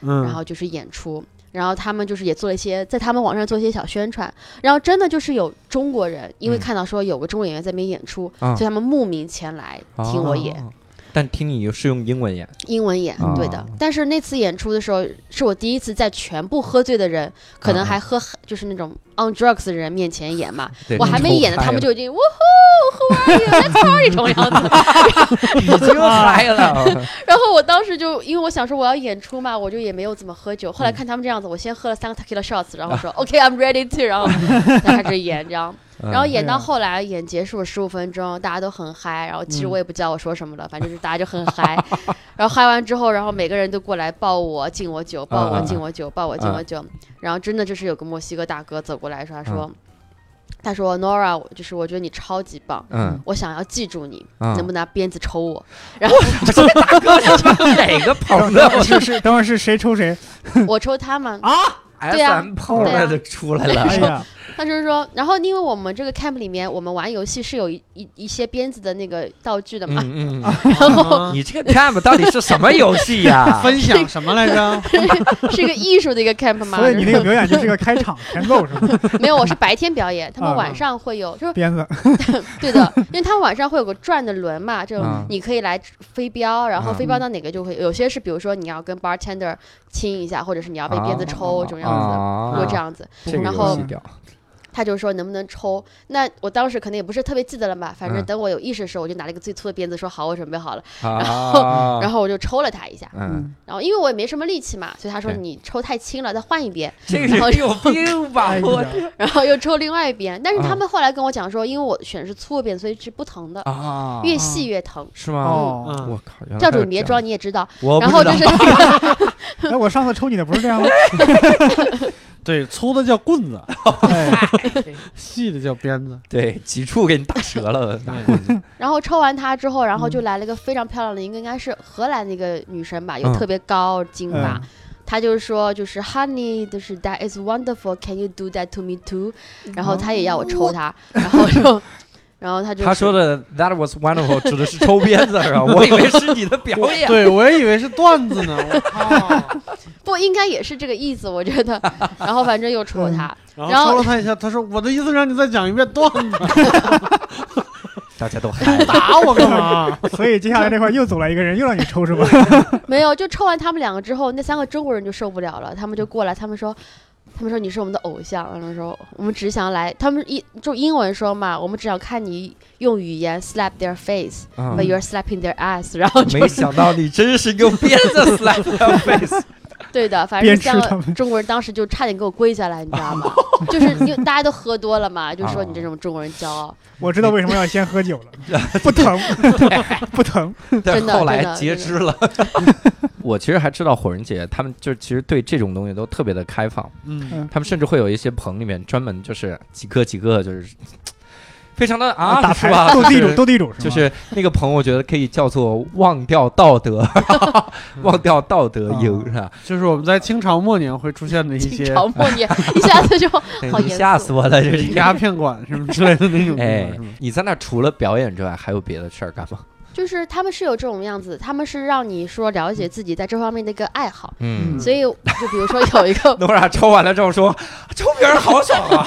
B: 嗯，
D: 然后就是演出。然后他们就是也做了一些，在他们网上做一些小宣传，然后真的就是有中国人，因为
A: 嗯
D: 看到说有个中国演员在那边演出，
A: 啊
D: 所以他们慕名前来听我演。
A: 哦但听你是用英文演，
D: 英文演，对的
A: 啊。
D: 但是那次演出的时候，是我第一次在全部喝醉的人，可
A: 啊
D: 能还喝就是那种 on drugs 的人面前演嘛。
A: 对
D: 我还没演呢，
A: 你
D: 他们
A: 就
D: 就已经 woohoo，who are you？Let's party 这 种样子。
A: 已经嗨 了。嗯
D: 然后我当时就因为我想说我要演出嘛，我就也没有怎么喝酒。后来看他们这样子，我先喝了三个 tequila shots，然后说 OK，I'm ready to，然后才开始演这样。
C: 嗯
D: 然后演到后来，演结束十五分钟，大家都很嗨。然后其实
C: 嗯
D: 我也不知道我说什么了，反正就是大家就很 嗨。然后嗨完之后，然后每个人都过来抱我、敬我酒、抱
A: 啊
C: 嗯
D: 我、
A: 啊
D: 敬我酒、抱我、敬我酒。然后真的就是有个墨西哥大哥走过来说，他
C: 嗯
D: 说：“他说 Nora，我就是我觉得你超级棒，
A: 嗯，
D: 我想要记住你，
A: 嗯
D: 能不能拿鞭子抽 我？”然后
A: 哪个朋友
C: 是是，等会儿是谁抽谁？
D: 我抽他嘛，
A: ？S
D: 对啊
A: M 跑
D: 对啊
A: 了就出来了
C: 哎。呀，
D: 他就是说，然后因为我们这个 camp 里面，我们玩游戏是有一一一些鞭子的那个道具的 嘛，
A: 嗯嗯 嗯，
D: 然后。
B: 啊
A: 你这个 camp 到底是什么游戏 呀？
B: 分享什么来 着？
D: 是一个艺术的一个 camp 嘛，
C: 所以你那
D: 然
C: 个表演就是个开场前奏是吧？
D: 后没有，我是白天表 演，他们
C: 啊
D: 晚上会有，就是
C: 鞭子，
D: 对 的，因为他们晚上会有个转的轮嘛，就
A: 嗯
D: 你可以来飞镖，然后
A: 嗯
D: 飞镖到哪个就会，有些是比如说你要跟 bartender 亲一下，或者是你要被鞭子
A: 啊
D: 抽哦这种样子，
A: 样
D: 就这，样子，
A: 啊这个
D: 然
A: 游
D: 后
A: 戏 屌。
D: 他就说能不能抽，那我当时可能也不是特别记得了嘛，反正
A: 嗯
D: 等我有意识的时候，我就拿了一个最粗的鞭子说好，我准备好了，
A: 啊，
D: 然后我就抽了他一下，
A: 嗯，
D: 然后因为我也没什么力气嘛，所以他说
A: 对
D: 你抽太轻了，再换一遍。
A: 嗯这个人有病吧
C: 哎？
A: 我
C: 呀，
D: 然后又抽另外一边，但是
A: 啊
D: 他们后来跟我讲说，因为我选的是粗边，所以是不疼的，
A: 啊，
D: 越细越疼。
A: 是吗？
C: 哦，
B: 嗯
A: 我靠，原来
D: 教
A: 还
D: 主
A: 有
D: 你
A: 这
D: 别
A: 样
D: 装，，你也知道。
A: 我
D: 然
A: 不
D: 后
A: 知
D: 就
A: 道
D: 是
C: 哎，我上次抽你的不是这 样吗？
B: 对，粗的叫棍子，
C: 哎，
B: 细的叫鞭 子。
A: 对几处给你打折 了，
B: 对
D: 然后抽完它之后，然后就来了个非常漂亮的，一个应该是荷兰的一个女生吧，有
A: 嗯
D: 特别高金发。
C: 嗯
D: 她就是说，就是 Honey，就是 That is wonderful. Can you do that to me too？然后她也要我抽她，然后就， 然后她就
A: 他说
D: 的
A: 的 That was wonderful 指的是抽鞭子是吧？我以为是你的表演。
B: 对，我也以为是段子呢。我靠！
D: 不应该也是这个意思，我觉得。然后反正又抽她，
B: 然后抽了他一下，他说：“我的意思让你再讲一遍段子，
A: 大家都嗨了。
B: 打我干 嘛
C: 所以接下来这块又走来一个人，又让你抽是吧？
D: 没有，就抽完他们两个之后，那三个中国人就受不了了，他们就过来，他们说，他们说你是我们的偶像，然后说我们只想来，他们一就英文说嘛，我们只想看你用语言 slap their face，but、
A: 嗯
D: you're slapping their ass，然后就
A: 没想到你真是用鞭子 slap your face，
D: 对的，反
C: 鞭
D: 正
C: 笞
D: 三
C: 他
D: 个
C: 们
D: 中国人当时就差点给我跪下来，你知道吗？就是因为大家都喝多了嘛，就说你这种中国人骄傲，
C: 我知道为什么要先喝 酒了，不 疼，不疼，
A: 但
D: 真的
A: 后来
D: 真的
A: 截肢了。 我其实还知道火人节，他们就是其实对这种东西都特别的开放，？”
B: 嗯
A: 他们甚至会有一些棚里面专门就是几个几个就是非常的啊，
C: 打
A: 是
C: 牌
A: 吧？
C: 斗
A: 就
C: 地主，
A: 是
C: 斗地主
A: 就
C: 吗？
A: 是那个朋友，我觉得可以叫做忘掉道德， 忘掉道德赢是吧？
B: 就是我们在清朝末年会出现的一
D: 清
B: 些
D: 朝末年一下子就嗯好
A: 哎你
D: 严
A: 吓
D: 肃
A: 死我了，这是。
B: 鸦片馆什么之类的那种地方，
A: 哎
B: 是吗，
A: 你在那除了表演之外，还有别的事儿干吗？
D: 就是他们是有这种样子，他们是让你说了解自己在这方面的一个爱好。
A: 嗯
B: 嗯
D: 所以就比如说有一个，
A: 诺拉抽完了之后说：“抽别人好爽啊，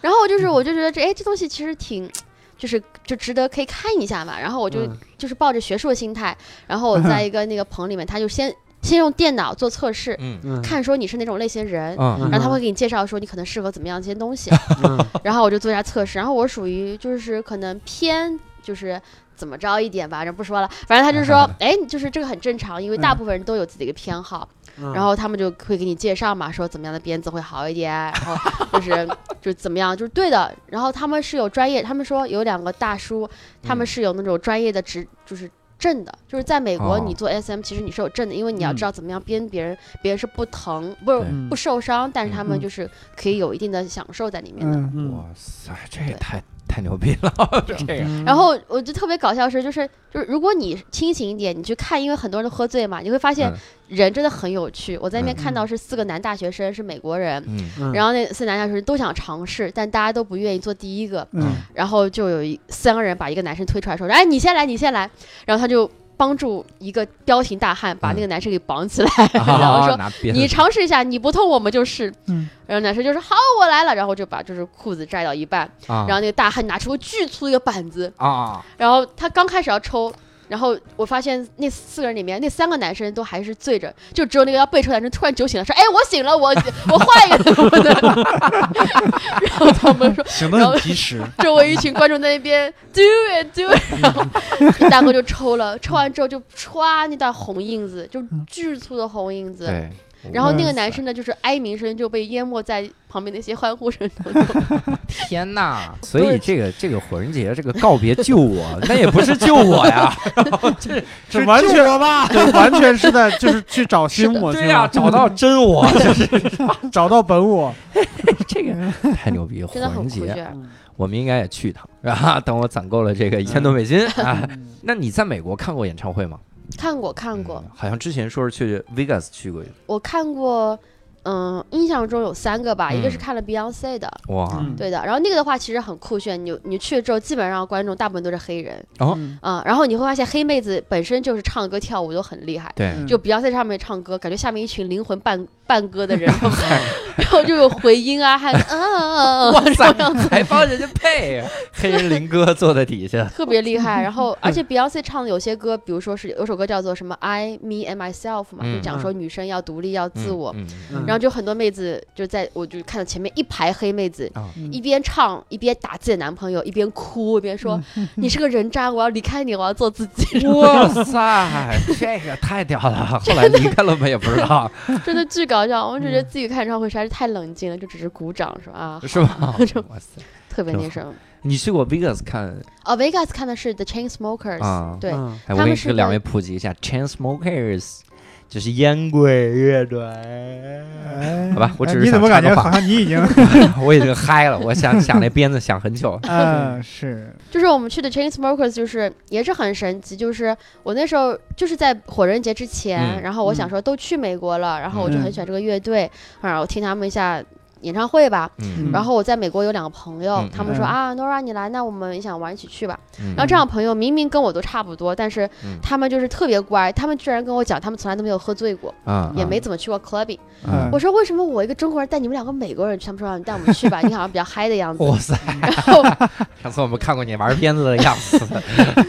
D: 然后就是我就觉得这哎这东西其实挺。就是就值得可以看一下嘛，然后我就、
B: 嗯
D: 就是抱着学术的心态，然后我在一个那个棚里面，他就先先用电脑做测试！”
A: 嗯
B: 嗯
D: 看说你是哪种类型人，
A: 嗯
D: 然后他
B: 嗯
D: 会给你介绍说你可能适合怎么样一些东西，
B: 嗯
D: 然后我就做一下测试，然后我属于就是可能偏就是怎么着一点吧，就不说了，反正他
C: 嗯
D: 就说，哎，就是这个很正常，因为大
B: 嗯
D: 部分人都有自己的一个偏好，
B: 嗯
D: 然后他们就会给你介绍嘛，说怎么样的鞭子会好一点，然后就是就是怎么样就是对的，然后他们是有专业，他们说有两个大叔，他们
A: 嗯
D: 是有那种专业的职，就是。证的，就是在美国
A: 哦
D: 你做 SM 其实你是有证的，因为你要
B: 嗯
D: 知道怎么样鞭别人，别人是不疼不是
B: 嗯
D: 不受伤，但是他们
B: 嗯
D: 就是可以有一定的享受在里面的。
C: 嗯，
B: 嗯
A: 哇塞，这也太太牛逼了！这个
D: 然后我就特别搞笑的是，就是就是如果你清醒一点，你去看，因为很多人都喝醉嘛，你会发现
A: 嗯
D: 人真的很有趣。我在那边看
B: 嗯
D: 到是四个男大学生是美国人，
A: 嗯
B: 嗯
D: 然后那四个男大学生都想尝试，但大家都不愿意做第一个，
C: 嗯，
D: 然后就有一三个人把一个男生推出来说：“哎，你先来，你先来。”然后他就帮助一个彪形大汉把那个男生给绑起来， 然后
A: 啊，
D: 说。
A: 拿鞭子
D: 你尝试一下，你不痛我们就是。
C: 嗯
D: 然后男生就说好，我来了。然后就把就是裤子摘到一半，
A: 啊
D: 然后那个大汉拿出个巨粗的一个板子，
A: 啊，
D: 然后他刚开始要抽，然后我发现那四个人里面那三个男生都还是醉着，就只有那个要被抽的男生突然酒醒了，说：“哎，我醒了，我 我换一个。” 然后他们说，
B: 行
D: 然后
B: 及时，
D: 周围一群观众在那 边 do it do it，然后一大哥就抽了，抽完之后就歘那道红印子，就巨粗的红印子。
A: 嗯对。
D: 然后那个
C: 哇
D: 男生呢，就是哀鸣声就被淹没在旁边那些欢呼声当中。
A: 天呐！所以这个这个火人节这个告别救 我，那也不是救我呀，
B: 这完全吧，这完全是在就是去找新
D: 是的
B: 我去
A: 对呀、
B: 了
A: 找到真我，
B: 找到本我，
A: 这个太牛逼！火
D: 真的很
A: 人
D: 酷
A: 节，
D: 炫。
A: 我们应该也去一趟，啊！等我攒够了这个一千多美金
D: 嗯
A: 啊！那你在美国看过演唱会吗？
D: 看过看过
A: 嗯，好像之前说是去 Vegas 去过，
D: 我看过，嗯，印象中有三个吧，一个
A: 嗯
D: 是看了 Beyonce 的，
A: 哇，
B: 嗯
D: 对的，然后那个的话其实很酷炫，你你去了之后，基本上观众大部分都是黑人，
A: 哦
B: 嗯
D: 嗯，然后你会发现黑妹子本身就是唱歌跳舞都很厉害。
A: 对，
B: 嗯
D: 就 Beyonce 上面唱歌，感觉下面一群灵魂伴伴歌的人，
B: 嗯
D: 然后就有回音啊，还啊，
A: 哇塞
D: 这样，
A: 还帮人家 配，啊黑人林哥坐在底下，
D: 特别厉害。然后，而且 Beyonce 唱的有些歌，比如说是有首歌叫做什么 I Me and Myself 嘛，就
A: 嗯
D: 讲说女生要独立，要 自我。
A: 嗯，
B: 嗯
D: 然后就很多妹子就在我就看到前面一排黑妹子，
A: 啊
D: 一边唱一边打自己的男朋友，一边哭一边说：“你是个人渣，我要离开你，我要做自己。
A: 嗯哇塞，这个太屌了！后来离开了吗？也不知 道，”
D: 真的巨搞笑，我只觉
A: 嗯
D: 得自己看演唱会实在是太冷静了，就只是鼓掌说啊，
A: 是吧？哇塞，
D: 特别
A: 真呃
D: 那
A: 好
D: 什么。
A: 你去过 Vegas 看
D: 哦，Vegas 看的是 The Chainsmokers，、
A: 啊？
D: 对。
B: 嗯
A: 哎，我
D: 他
A: 给
D: 们是
A: 这两
D: 个
A: 位普及一下，Chainsmokers 就是烟鬼乐队。
C: 哎
A: 好吧我只是
C: 你怎么
A: 想插
C: 感
A: 个
C: 觉
A: 话
C: 好像你 已经，
A: 我已经嗨了，我想想那鞭子想很久了。
C: 嗯，是，
D: 就是我们去的 Chainsmokers，就是也是很神奇。就是我那时候就是在火人节之前，
A: 嗯
D: 然后我想说都去美国了，然 后我就很
C: 嗯
D: 喜欢这个乐队，然后我听他们一下演唱会吧。
A: 嗯
D: 然后我在美国有两个朋友，
A: 嗯
D: 他们说、
C: 嗯
D: 啊，Nora 你来，那我们也想玩一起去吧。
A: 嗯
D: 然后这样朋友明明跟我都差不多，但是
A: 嗯
D: 他们就是特别乖，他们居然跟我讲他们从来都没有喝醉过，
A: 啊
D: 也没怎么去过
C: 嗯
D: clubbing。
A: 啊
D: 我说为什么我一个中国人带你们两个美国人去？他们说啊你带我们去吧，你好像比较嗨的样子。
A: 哇塞！
D: 然后
A: 上次我们看过你玩鞭子的样子，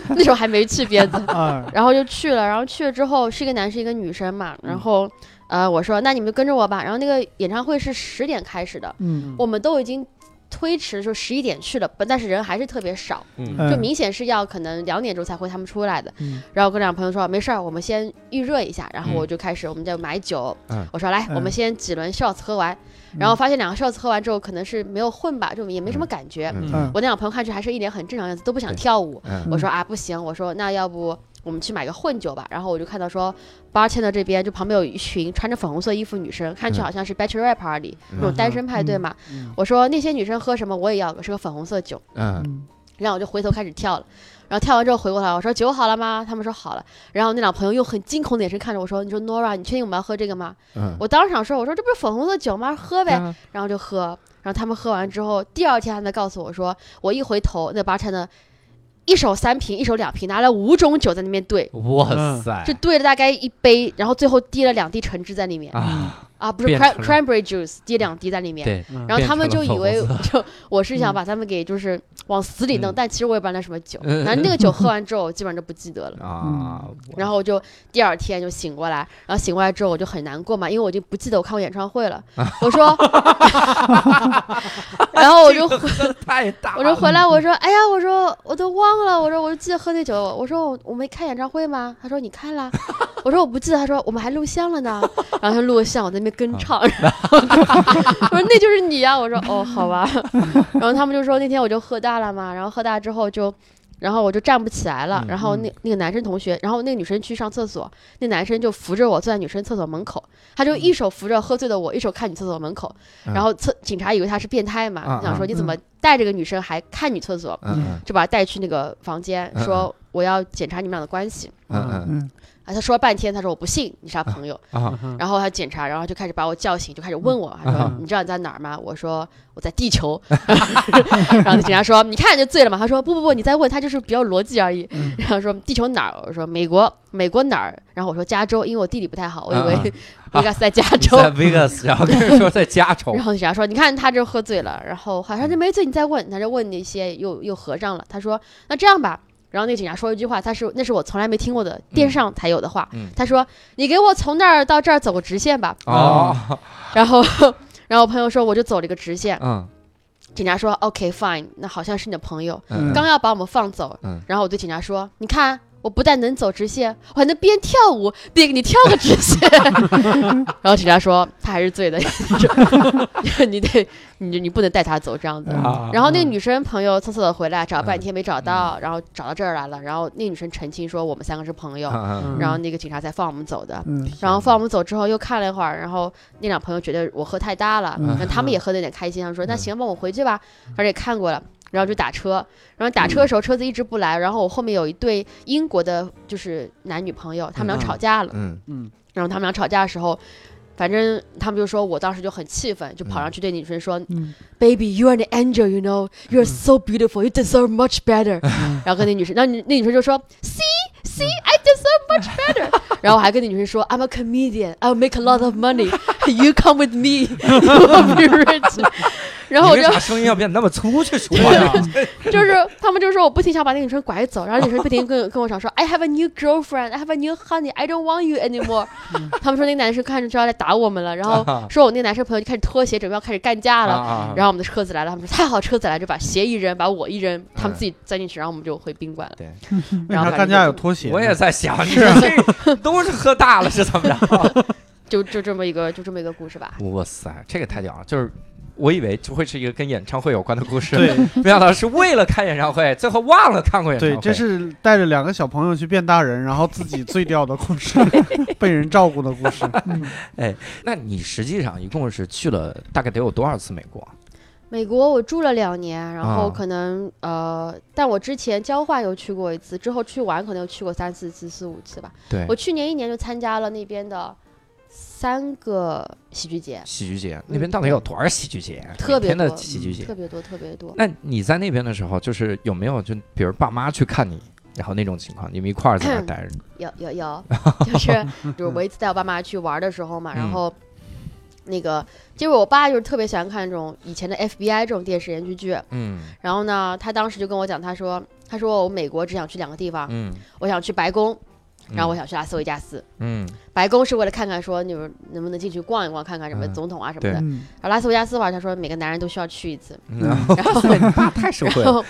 D: 那时候还没去鞭子，
C: 啊，
D: 然后就去了，然后去了之后是一个男生一个女生嘛，
A: 嗯
D: 然后呃我说那你们就跟着我吧。然后那个演唱会是十点开始的，
C: 嗯，
D: 我们都已经推迟说十一点去了，但是人还是特别少。
A: 嗯
C: 嗯
D: 就明显是要可能两点钟才会他们出来的。
C: 嗯
D: 然后跟两朋友说没事儿，我们先预热一下，然后
A: 嗯
D: 我就开始我们就买酒，
A: 嗯
D: 我说来、
C: 嗯
D: 我们先几轮 shots 喝完，然后发现两个 shots 喝完之后可能是没有混吧， 就也没什么感觉。
A: 嗯
C: 嗯
D: 我那两个朋友看去还是一脸很正常样子，都不想
A: 对
D: 跳舞。
A: 嗯
D: 我说啊不行，我说那要不我们去买个混酒吧。然后我就看到说，bartender 这边就旁边有一群穿着粉红色衣服女生，看去好像是 bachelor party、
A: 嗯
D: 那种单身派对嘛。
B: 嗯
D: 我说那些女生喝什么我也要，是个粉红色酒。
A: 嗯
C: 嗯，
D: 然后我就回头开始跳了，然后跳完之后回过来，我说酒好了吗？他们说好了。然后那俩朋友用很惊恐的眼神看着我说：“你说 Nora，你确定我们要喝这个吗
A: 嗯？”，
D: 我当时想说：“我说这不是粉红色酒吗？喝呗。
A: 啊
D: 然后就喝。然后他们喝完之后，第二天他们告诉我说，我一回头，那 bartender 一手三瓶，一手两瓶，拿了五种酒在那边兑，
A: 哇
C: 嗯
A: 塞，
D: 就兑了大概一杯，然后最后滴了两滴橙汁在里面
A: 啊，
D: 啊，不是
A: 变成
D: cran- cranberry juice，滴两滴在里面。
A: 对，嗯
B: 嗯
D: 然后他们
A: 变成
D: 就
A: 了
D: 以为
A: 粉
D: 就我是想把他们给就是往死里弄，但其实我也不知道那什么酒。
A: 嗯
D: 反正那个酒喝完之后，我基本上就不记得了。
A: 啊，
C: 嗯
A: 我
D: 然后我就第二天就醒过来，然后醒过来之后我就很难过嘛，因为我已经不记得我看过演唱会了。我说， 然后我就回
A: 太大
D: 我就回来我说，哎呀，我说我都忘了，我说我就记得喝那酒，我说我我没看演唱会吗？他说你看了， 我说我不记得，他说我们还录像了呢，然后他录像，我在那
A: 嗯
D: 边跟唱， 然后我说那就是你呀、我说哦好吧， 然后他们就说那天我就喝大了嘛，然后喝大之后就。然后我就站不起来了，
A: 嗯
D: 然后那那个男生同学，然后那个女生去上厕所，那男生就扶着我坐在女生厕所门口，他就一手扶着喝醉的我，一手看女厕所门口，
A: 嗯
D: 然后厕警察以为他是变态嘛，
A: 啊
D: 想说
A: 啊
D: 你怎么带这个女生还看女厕所，
A: 嗯
D: 就把她带去那个房间，
A: 嗯
D: 说我要检查你们俩的关系。
A: 嗯嗯
C: 嗯
D: 啊，他说了半天，他说我不信你是他朋友，
A: 嗯啊，
D: 然后他检查，然后就开始把我叫醒，就开始问我，他说
A: 嗯
D: 你知道你在哪儿吗？我说我在地球， 然后警察说你看就醉了嘛，他说不不不，你再问他就是比较逻辑而已，
A: 嗯
D: 然后说地球哪儿？我说美国，美国哪儿？然后我说加州，因为我地理不太好，我以
A: 嗯
D: 为
A: 嗯
D: 我应该是在加
A: 你
D: 州。
A: 在 Vegas，然后跟人说在加州
D: 然后警察说：“你看他这喝醉了，然后好像就没醉，你再问。”他就问那些又又合上了。他说：“那这样吧。”然后那个警察说一句话，他是那是我从来没听过的电视上才有的话。
A: 嗯
D: 他说：“你给我从那儿到这儿走个直线吧。
A: 哦，
D: 然后， 然后我朋友说我就走了一个直线。
A: 嗯
D: 警察说：“OK fine，那好像是你的朋友，
A: 嗯，
D: 刚要把我们放走。
A: 嗯
D: 然后我对警察说：“你看。”啊我不但能走直线，我还能边跳舞边给你跳个直 线。 然后警察说他还是醉的， 你得你你不能带他走这样子。
A: 啊
D: 嗯
B: 嗯
D: 然后那个女生朋友从厕所回来找了半天没找
A: 嗯
D: 到，然后找到这儿来了。然后那个女生澄清说我们三个是朋友，
A: 嗯
D: 然后那个警察才放我们走的。
C: 嗯
D: 然后放我们走之后又看了一会儿，然后那两朋友觉得我喝太大了，
C: 嗯
D: 然后他们也喝的有点开心，他们说那
A: 嗯
D: 行吧，我回去吧。而且也看过了。然后就打车，然后打车的时候车子一直不来，然后我后面有一对英国的，就是男女朋友，他
B: 嗯
D: 们俩吵架了。
A: 嗯
B: 嗯
D: 然后他们俩吵架的时候，反正他们就说我当时就很气愤，就跑上去对女生说、
C: 嗯
D: b a b y you are an angel, you know, you are so beautiful, you deserve much better。”然后跟那女生，那女那女生就说：“See, see, I deserve much better。”然后我还跟那女生说：“I'm a comedian, I'll make a lot of money. You come with me, you will be rich。”然 后我
A: 你
D: 就
A: 为啥声音要变得那么粗去说呀？
D: 就是他们就说我不停想把那个女生拐走，然后女生不停跟跟我讲说 I have a new girlfriend, I have a new honey, I don't want you anymore
B: 嗯。
D: 他们说那个男生看着就要来打我们了，然后
A: 啊
D: 说我那男生朋友就开始脱鞋，准备要开始干架了。
A: 啊
D: 然后我们的车子来了，他们说太好，车子来了就把鞋一扔，把我一扔，他
A: 嗯
D: 们自己钻进去，然后我们就回宾馆了。
B: 为
D: 然后
B: 啥干架有拖鞋呢？
A: 我也在想，你这都是喝大了是怎么 着？
D: 就就这么一个就这么一个故事吧。
A: 哇塞，这个太屌了！就是我以为就会是一个跟演唱会有关的故事，
B: 对
A: 没想到是为了看演唱会，最后忘了看过演唱会。
B: 对，这是带着两个小朋友去变大人，然后自己醉掉的故 事，被人照顾的故事。
A: 那你实际上一共是去了大概得有多少次美国？
D: 美国我住了两年，然后
A: 啊
D: 可能、呃，但我之前交换又去过一次，之后去玩可能又去过三四次、四五次吧。
A: 对
D: 我去年一年就参加了那边的三个喜剧节，
A: 喜剧节那边到底有多少喜剧节？
D: 嗯特别
A: 每天的
D: 多
A: 喜剧节
D: 特。别多，特 别多。
A: 那你在那边的时候，就是有没有就比如爸妈去看你，然后那种情况，你们一块儿在那儿待 着？
D: 有有 有，就是就是我一次带我爸妈去玩的时候嘛，然
A: 嗯
D: 后那个就是我爸就是特别喜欢看这种以前的 FBI 这种电视连续剧，
A: 嗯
D: 然后呢，他当时就跟我讲，他说他说我美国只想去两个地方，
A: 嗯，
D: 我想去白宫，啊然后我想去拉斯维加斯。
A: 嗯
D: 白宫是为了看看说你们能不能进去逛一逛，看看什么
A: 嗯
D: 总统啊什么
A: 对
D: 的。
C: 嗯
D: 然后拉斯维加斯的话，他说每个男人都需要去一次，
A: 嗯，然后
D: 然后
A: 你爸太社会
D: 然
A: 了，
D: 后，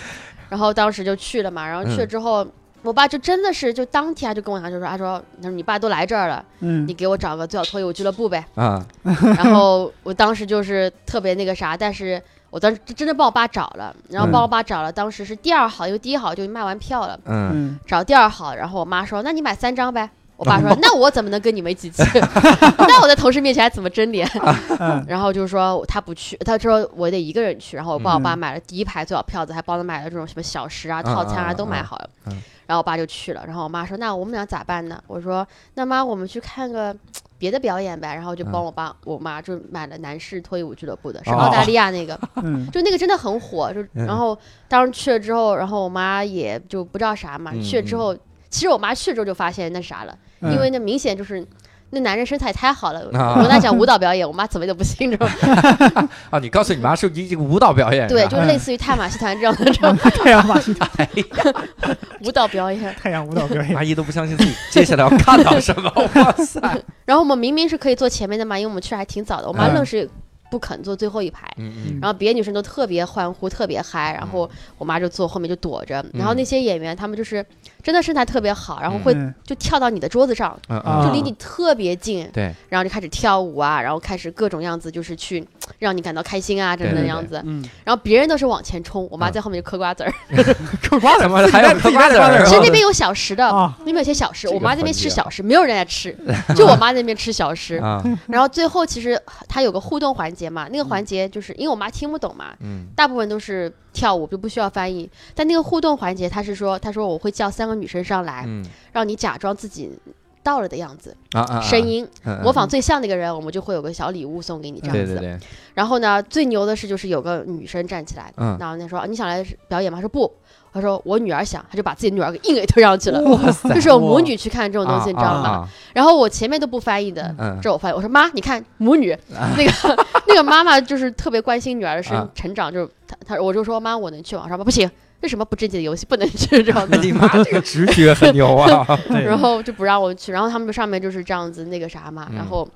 D: 然后当时就去了嘛，然后去了
A: 嗯
D: 之后，我爸就真的是就当天他就跟我讲，就说他啊说他说你爸都来这儿了，
C: 嗯
D: 你给我找个最好脱衣舞俱乐部呗。
A: 啊
D: 然后我当时就是特别那个啥，但是我当时真的帮我爸找了，然后
A: 嗯
D: 帮我爸找了，当时是第二好，因为第一好就卖完票了，
A: 嗯，
B: 嗯，
D: 找第二好，然后我妈说：“那你买三张呗。”我爸说：“那我怎么能跟你们一起去？ 那我在同事面前还怎么争啊脸？”
C: 嗯
D: 然后就说他不去，他说我得一个人去。然后我帮我爸
C: 嗯
D: 买了第一排最好票子，还帮他买了这种什么小食啊、
A: 啊
D: 套餐
A: 啊啊
D: 都买好了
A: 啊。
D: 然后我爸就去了。然后我妈说：“那我们俩咋办呢？”我说：“那妈，我们去看个别的表演呗。”然后就帮我爸、我妈就买了男士脱衣舞俱乐部的，是
A: 嗯哦
D: 澳大利亚那个，
C: 嗯
D: 就那个真的很火。就
A: 嗯
D: 然后当时去了之后，然后我妈也就不知道啥嘛。
A: 嗯
D: 去了之后，其实我妈去了之后就发现那啥了。
C: 嗯
D: 因为那明显就是那男人身材太好了。
A: 啊
D: 我跟他讲舞蹈表演，我妈怎么都不信这种，
A: 啊，你告诉你妈是一个舞蹈表演，
D: 对，
A: 是吧
D: 就是类似于泰马戏团这样的这种
C: 太阳 马戏团、
D: 舞蹈表演。
C: 太阳舞蹈表 演，
A: 阿姨都不相信自己接下来要看到什么，哇塞！
D: 然后我们明明是可以坐前面的嘛，因为我们去的还挺早的，我妈
A: 嗯
D: 愣是不肯坐最后一排。
A: 嗯
D: 然后别的女生都特别欢呼，特别嗨，然后我妈就坐后面就躲着。然
A: 嗯
D: 后那些演员他们就是真的身材特别好，然后会
C: 嗯
D: 就跳到你的桌子上，
A: 嗯
C: 啊
D: 就
A: 嗯，
D: 离你特别近，
A: 对，
D: 然后就开始跳舞啊，然后开始各种样子，就是去让你感到开心啊，这
A: 对
D: 样的
A: 对
D: 样
A: 对
D: 子。
B: 嗯，
D: 然后别人都是往前冲，我妈
A: 嗯
D: 在后面就嗑瓜子儿。
A: 嗑瓜子嘛，还让嗑瓜子
C: 自
A: 儿，
C: 己
D: 其实那边有小食的，
C: 啊
D: 那边有些小食，
A: 哦这个
D: 我妈那
A: 环
D: 边
A: 节
D: 吃
A: 啊
D: 小食，没有人 在吃，就我妈那边吃小食。
A: 啊，
D: 然后最后其实它有个互动环节嘛，那个环节就是因为我妈听不懂嘛，
A: 嗯
D: 大部分都是跳舞就不需要翻译，但那个互动环节她是说，她说我会叫三个女生上来，
A: 嗯
D: 让你假装自己到了的样子，
A: 啊啊，
D: 声音模
A: 我
D: 仿最像那个人，我们就会有个小礼物送给你这样
A: 对
D: 子
A: 对
D: 的。
A: 对，
D: 然后呢，最牛的是就是有个女生站起来，
A: 嗯
D: 然后那说啊你想来表演吗？他说不，他说我女儿想，他就把自己女儿给硬给推上去了。
A: 哇塞
D: 就是有母女去看这种东西，你知道
A: 啊
D: 吗？
A: 啊
D: 然后我前面都不翻译的，
A: 嗯
D: 这我翻译，我说妈，你看母 女、那个那个妈妈就是特别关心女儿
A: 啊
D: 的生成长，就是她她我就说妈，我能去网上吗？不行，这什么不正经的游戏不能去这 样
A: 那嗯
D: 子，
A: 你妈这个直觉很牛 啊！
B: 对
D: 然后就不让我去，然后他们上面就是这样子那个啥嘛，
A: 嗯
D: 然后。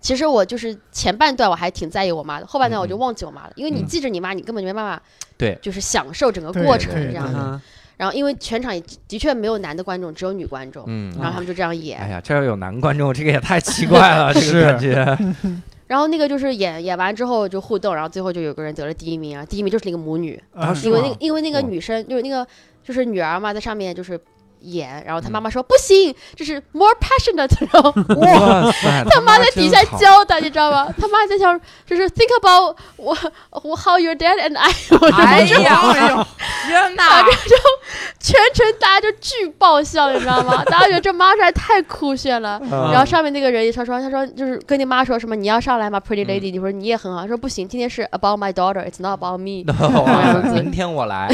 D: 其实我就是前半段我还挺在意我妈的，后半段我就
A: 嗯嗯
D: 忘记我妈了，因为你
A: 嗯
D: 记着你妈，你根本就没办法，
A: 对
D: 就是享受整个
C: 对
D: 过程
A: 对
D: 这样
A: 对
D: 子。
B: 嗯
D: 然后因为全场也的确没有男的观众，只有女观众，
A: 嗯
D: 然后他们就这样演
A: 哎。呀，这要有男观众，这个也太奇怪 了，这
B: 是
A: 个感觉。
D: 然后那个就是演演完之后就互动，然后最后就有个人得了第一名啊，第一名就是那个母女，
A: 啊是
D: 因
A: 吗
D: 为那个因为那个
A: 哇
D: 女生就是那个就是女儿嘛，在上面就是演，然后
A: 嗯
D: 她妈妈说、不行，这是 more passionate，然后
A: 哇塞，
D: 她妈在底下
A: 真好
D: 教她，你知道吗？她妈在想就是 think about 我我 how your dad and I，我就
A: 哎
D: 就
A: 呀，哎呦，
D: 天
E: 啊
D: 哪，这就 全程大家就巨爆笑，你知道吗？大家觉得这妈实在太酷炫了。
A: 嗯
D: 然后上面那个人也说说，他说就是跟你妈说什么你要上来吗，Pretty
A: 嗯
D: Lady？、你说你也很好，她说不行，今天是 about my daughter，it's not about me。
A: 哇明天我来，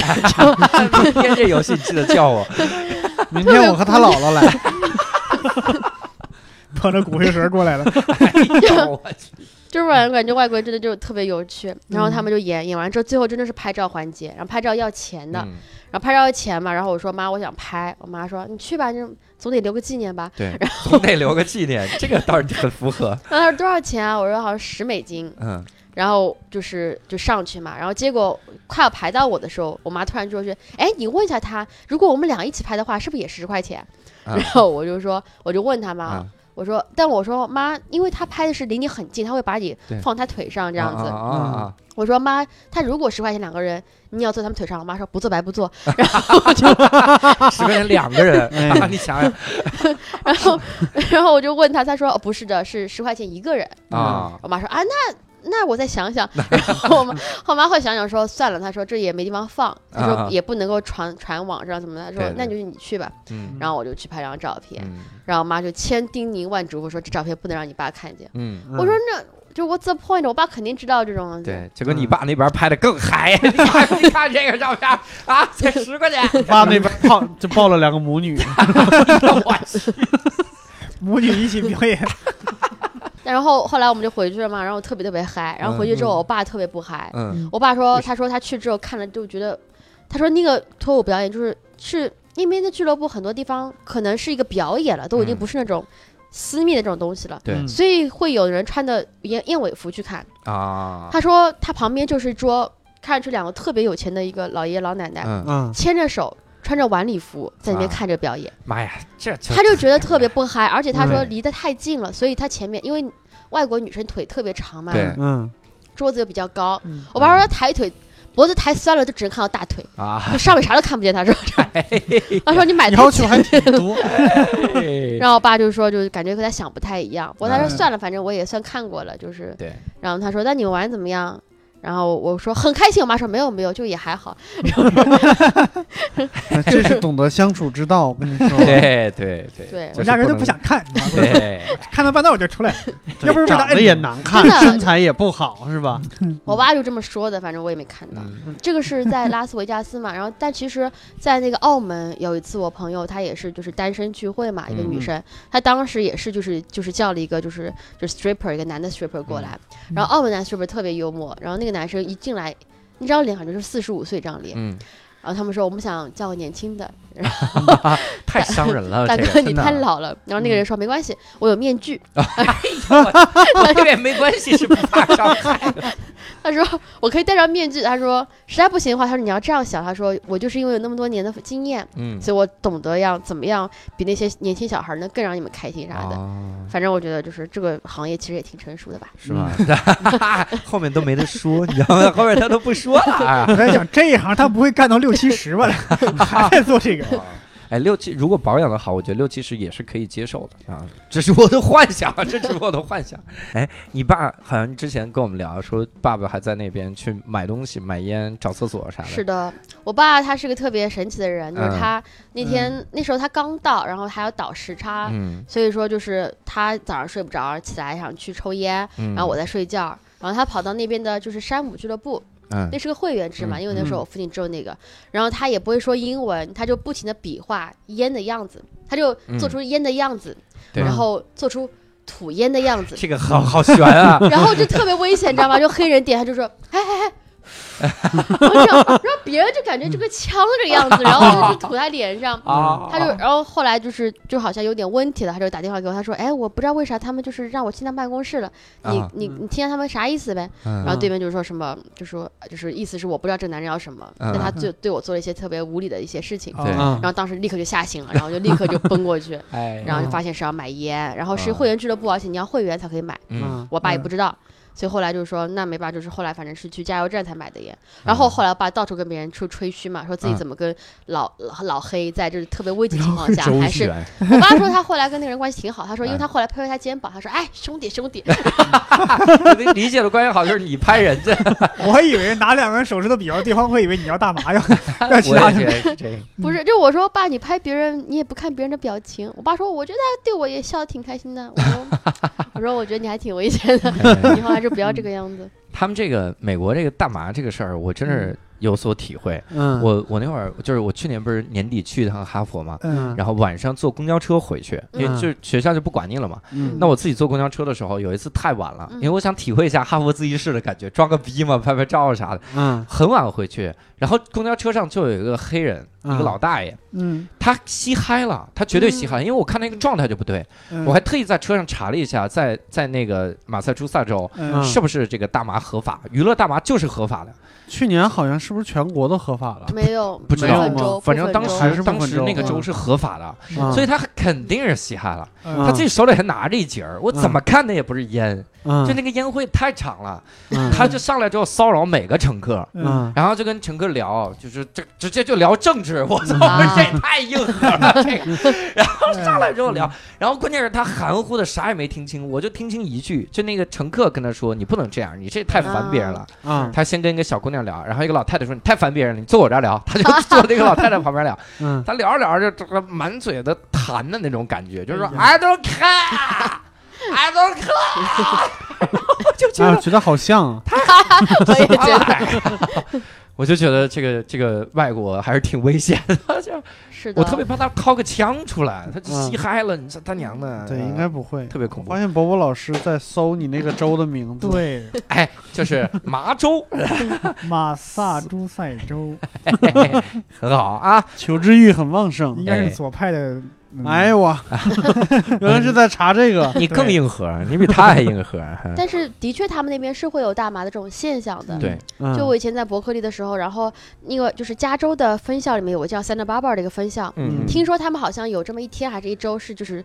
A: 明天这游戏记得叫 我。
B: 明天我和他姥姥来，
C: 捧着骨灰盒过来了，
A: 哎呦 我去
D: 就是我感觉外国人真的就特别有趣。然后他们
A: 嗯
D: 就演、演完之后，最后真的是拍照环节，然后拍照要钱的，
A: 嗯
D: 然后拍照要钱嘛。然后我说妈，我想拍，我妈说你去吧，就总得留个纪念吧。
A: 对，总得留个纪念，这个倒是很符 合。
D: 然后她说多少钱啊？我说好像十美金。
A: 嗯，
D: 然后就是就上去嘛，然后结果快要排到我的时候，我妈突然就说：“哎，你问一下他，如果我们俩一起排的话，是不是也十块钱？”
A: 啊
D: 然后我就说，我就问他嘛，
A: 啊，
D: 我说，但我说妈，因为他拍的是离你很近，他会把你
A: 对
D: 放他腿上这样子。嗯
A: 啊啊啊啊
D: 我说妈，他如果十块钱两个人，你要坐他们腿上，我妈说不坐白不坐。 然后我就，
A: 啊，十块钱两个人，
B: 哎
A: 啊你想想
D: 然后，然后我就问他，他说、哦、不是的，是十块钱一个人。
A: 啊，
D: 我妈说啊，那那我再想想。 然后我妈我妈后来想想说算了，她说这也没地方放，她
A: 啊
D: 说也不能够传传网上怎么的，她
A: 对
D: 说
A: 对
D: 那就是你去吧。
A: 嗯
D: 然后我就去拍张照片，
A: 嗯
D: 然后我妈就千叮咛万嘱咐说这照片不能让你爸看见。
A: 嗯，
B: 嗯
D: 我说那就 What's the point？我爸肯定知道这种东西。
A: 对，结
D: 嗯
A: 果你爸那边拍的更嗨， 你看你看这个照片啊，才十块钱，
B: 嗯爸那边抱就抱了两个母女，
A: 我
C: 母女一起表演，
D: 但然后后来我们就回去了嘛，然后特别特别嗨，然后回去之后
B: 嗯
D: 我爸特别不嗨，
A: 嗯
D: 我爸说
A: 为
D: 他说他去之后看了就觉得，他说那个脱舞表演就是是因为那俱乐部很多地方可能是一个表演了，都已经
A: 嗯
D: 不是那种私密的这种东西了。
A: 对
B: 嗯
D: 所以会有人穿的燕燕尾服去看。
A: 啊，
D: 他说他旁边就是一桌看上去两个特别有钱的一个老爷爷老奶奶，
A: 嗯，
B: 嗯，
D: 牵着手，穿着晚礼服在那边
A: 啊
D: 看着表演，
A: 妈呀，这就
D: 他就觉得特别不嗨，而且他说
A: 嗯
D: 离得太近了，所以他前面因为外国女生腿特别长嘛，
A: 对
B: 嗯，
D: 桌子又比较高，
C: 嗯
D: 我爸说他抬腿。脖子抬酸了，就只能看到大腿，
A: 啊，
D: 就上面啥都看不见。他说，他说你买
B: 要
D: 太
B: 求
D: 浅
B: 还挺 多，
D: 然后我爸就说，就是感觉和他想不太一样。不过他说
A: 哎
C: 嗯
D: 算了，反正我也算看过了，就是。
A: 对。
D: 然后他说：“那你们玩得怎么样？”然后我说很开心，我妈说没有没有，就也还好。
B: 哎这是懂得相处之道。我跟你说，
A: 对对对，
D: 对
A: 就
C: 我
A: 是
C: 压根儿就
A: 能
C: 不。想看，你知道吗
A: 对，
C: 看到半道我就出来了，要不是为啥
B: 长
C: 摁
B: 得
C: 你
B: 也难看
D: 真，的
B: 身材也不好，是吧？
D: 我爸就这么说的，反正我也没看到。
A: 嗯
D: 这个是在拉斯维加斯嘛，然后但其实，在那个澳门有一次，我朋友她也是就是单身聚会嘛，一个
A: 嗯
D: 女生，她当时也是就是就是叫了一个就是就是 stripper 一个男的 stripper 过来，
C: 嗯
D: 然后澳门男 stripper 特别幽默，然后那个男生一进来，那张脸好像就是四十五岁这张脸，
A: 嗯，
D: 然后他们说我们想叫个年轻的，然后
A: 太伤人了，
D: 大
A: 哦这个
D: 哥你
A: 真的啊嗯
D: 太老了，然后那个人说没关系，我有面具，
A: 我这边没关系，是不怕伤 害。
D: 他说我可以戴上面具，他说实在不行的话，他说你要这样想，他说我就是因为有那么多年的经验。
A: 嗯，
D: 所以我懂得要怎么样比那些年轻小孩儿能更让你们开心啥的。
A: 哦，
D: 反正我觉得就是这个行业其实也挺成熟的吧。
A: 是吧？
D: 嗯
A: 后面都没得说，你知道吗？后面他都不说了 啊。
C: 我在想这一行他不会干到六七十吧？还在做这个，
A: 哎，六七如果保养的好，我觉得六七十也是可以接受的啊。这是我的幻想，啊这是我的幻 想。哎，你爸好像之前跟我们聊说，爸爸还在那边去买东西、买烟、找厕所啥的。
D: 是的，我爸他是个特别神奇的人，就是
A: 嗯
D: 他那天、那时候他刚到，然后还要倒时差，
A: 嗯
D: 所以说就是他早上睡不着，起来想去抽烟，
A: 嗯。
D: 然后我在睡觉。然后他跑到那边的，就是山姆俱乐部，
A: 嗯
D: 那是个会员制嘛，
A: 嗯
D: 因为那时候我附近只有那个。然后他也不会说英文，他就不停的比划烟的样子，他就
A: 嗯
D: 做出烟的样子，
A: 对
D: 然后做出吐烟的样子，
A: 这个好好悬啊！
D: 然后就特别危险，你知道吗？就黑人点，他就说，哎哎哎。然后这样，然后别人就感觉这个枪这个样子，然后就是吐他脸上，
B: 嗯
A: 啊，
D: 他就，然后后来就是就好像有点问题了，他就打电话给我，他说，哎，我不知道为啥他们就是让我进他办公室了，你、
A: 啊嗯
D: 你你听见他们啥意思呗？
A: 然
D: 然后对面就说什么，就说就是意思是我不知道这个男人要什么，
A: 嗯
D: 但他就对我做了一些特别无理的一些事情，
A: 对
B: 啊
D: 然后当时立刻就吓醒了，然后就立刻就奔过去，
A: 哎，
D: 然后就发现是要买烟，然后是
A: 啊
D: 会员俱乐部，而且你要会员才可以买。
A: 嗯
D: 我爸也
C: 嗯
D: 不知道，所以后来就是说那没办法，就是后来反正是去加油站才买的烟。然
A: 啊
D: 后后来我爸到处跟别人吹吹嘘嘛，说自己
A: 嗯
D: 怎么跟老、老老黑在就是特别危急情况下，
A: 周
D: 还是
A: 旋，
D: 我爸说他后来跟那个人关系挺好，他说因
A: 嗯
D: 为他后来拍拍他肩膀，他说哎兄弟兄 弟，
A: 理解的关系好就是你拍人家，
C: 我以为拿两个人手指头比划，对方会以为你要大麻要要其
A: 我
C: 他
A: 也觉。
C: 的
A: 得 是这
B: 嗯
A: 样。
D: 不是就我说爸你拍别人你也不看别人的表情，我爸说我觉得他对我也笑得挺开心的，我说我说我觉得你还挺危险的，
A: 哎
D: 以后还是不要这个样子。
A: 他们这个美国这个大麻这个事儿，我真
D: 嗯
A: 是有所体会。
B: 嗯，
A: 我我那会儿就是我去年不是年底去一趟哈佛嘛，
B: 嗯
A: 然后晚上坐公交车回去，因为
B: 嗯
A: 就是学校就不管你了嘛。
B: 嗯
A: 那我自己坐公交车的时候，有一次太晚了，因为我想体会一下哈佛自习室的感觉，装个逼嘛，拍拍照啥的。
B: 嗯
A: 很晚回去，然后公交车上就有一个黑人，一个
B: 嗯
A: 老大爷，
C: 嗯，
A: 他吸嗨了，他绝对吸嗨了，因为我看那个状态就不对，
C: 嗯
A: 我还特意在车上查了一下，在在那个马萨诸塞州。
C: 嗯
A: 是不是这个大麻合法？娱乐大麻就是合法的，
B: 去年好像是不是全国都合法了？
D: 没有
A: 不知
D: 没
A: 道
D: 有州，
A: 反正当
D: 部分州
B: 还是
A: 时
B: 部分
A: 当
B: 州
A: 时那个州
B: 嗯
A: 是合法的，
B: 嗯
A: 所以他肯定是吸嗨了。
C: 嗯
A: 他自己手里还拿着一截儿，我怎么看那也不是烟，
B: 嗯，
A: 就那个烟灰太长了。
B: 嗯
A: 他就上来之后骚扰每个乘客，
C: 嗯，
A: 然后就跟乘客聊，就是这直接就聊政治， 我操，
D: 啊
A: 我说这也太硬核了，这个。然后上
C: 哎
A: 来之后聊，然后关键是他含糊的啥也没听清，我就听清一句，就那个乘客跟他说：“你不能这样，你这太烦别人了。”
B: 啊
A: 他先跟一个小姑娘聊，然后一个老太太说：“你太烦别人了，你坐我这儿聊。”他就坐那个老太太旁边聊，
B: 嗯
A: 他聊着聊着就这个满嘴的痰的那种感觉，就是说
C: 哎
A: “I don't care，I don't care”，我就觉
B: 啊，
A: 得
B: 觉得好像啊
D: 我也觉得
A: 我就觉得这个这个外国还是挺危险的，就是
D: 是的，
A: 我特别怕他掏个枪出来，他
B: 嗯
A: 吸嗨了，你说他娘的，
B: 对，
A: 呃
B: 应该不会。
A: 特别恐怖
B: 发。现伯伯老师在搜你那个州的名字，，
C: 对，
A: 哎，就是麻州，
C: 马萨诸塞州
A: 很好 啊。
B: 求知欲很旺盛
C: 应。该
A: 哎
C: 是左派的。嗯
B: 嗯哎， 我原来是在查这个，
A: 你更硬核，你比他还硬核。 哈
D: 但是的确，他们那边是会有大麻的这种现象的。
A: 对，
B: 嗯
D: 就我以前在伯克利的时候，然后那个就是加州的分校里面有个叫 Santa Barbara 的一个分校，
A: 嗯，
D: 听说他们好像有这么一天还是一周是就是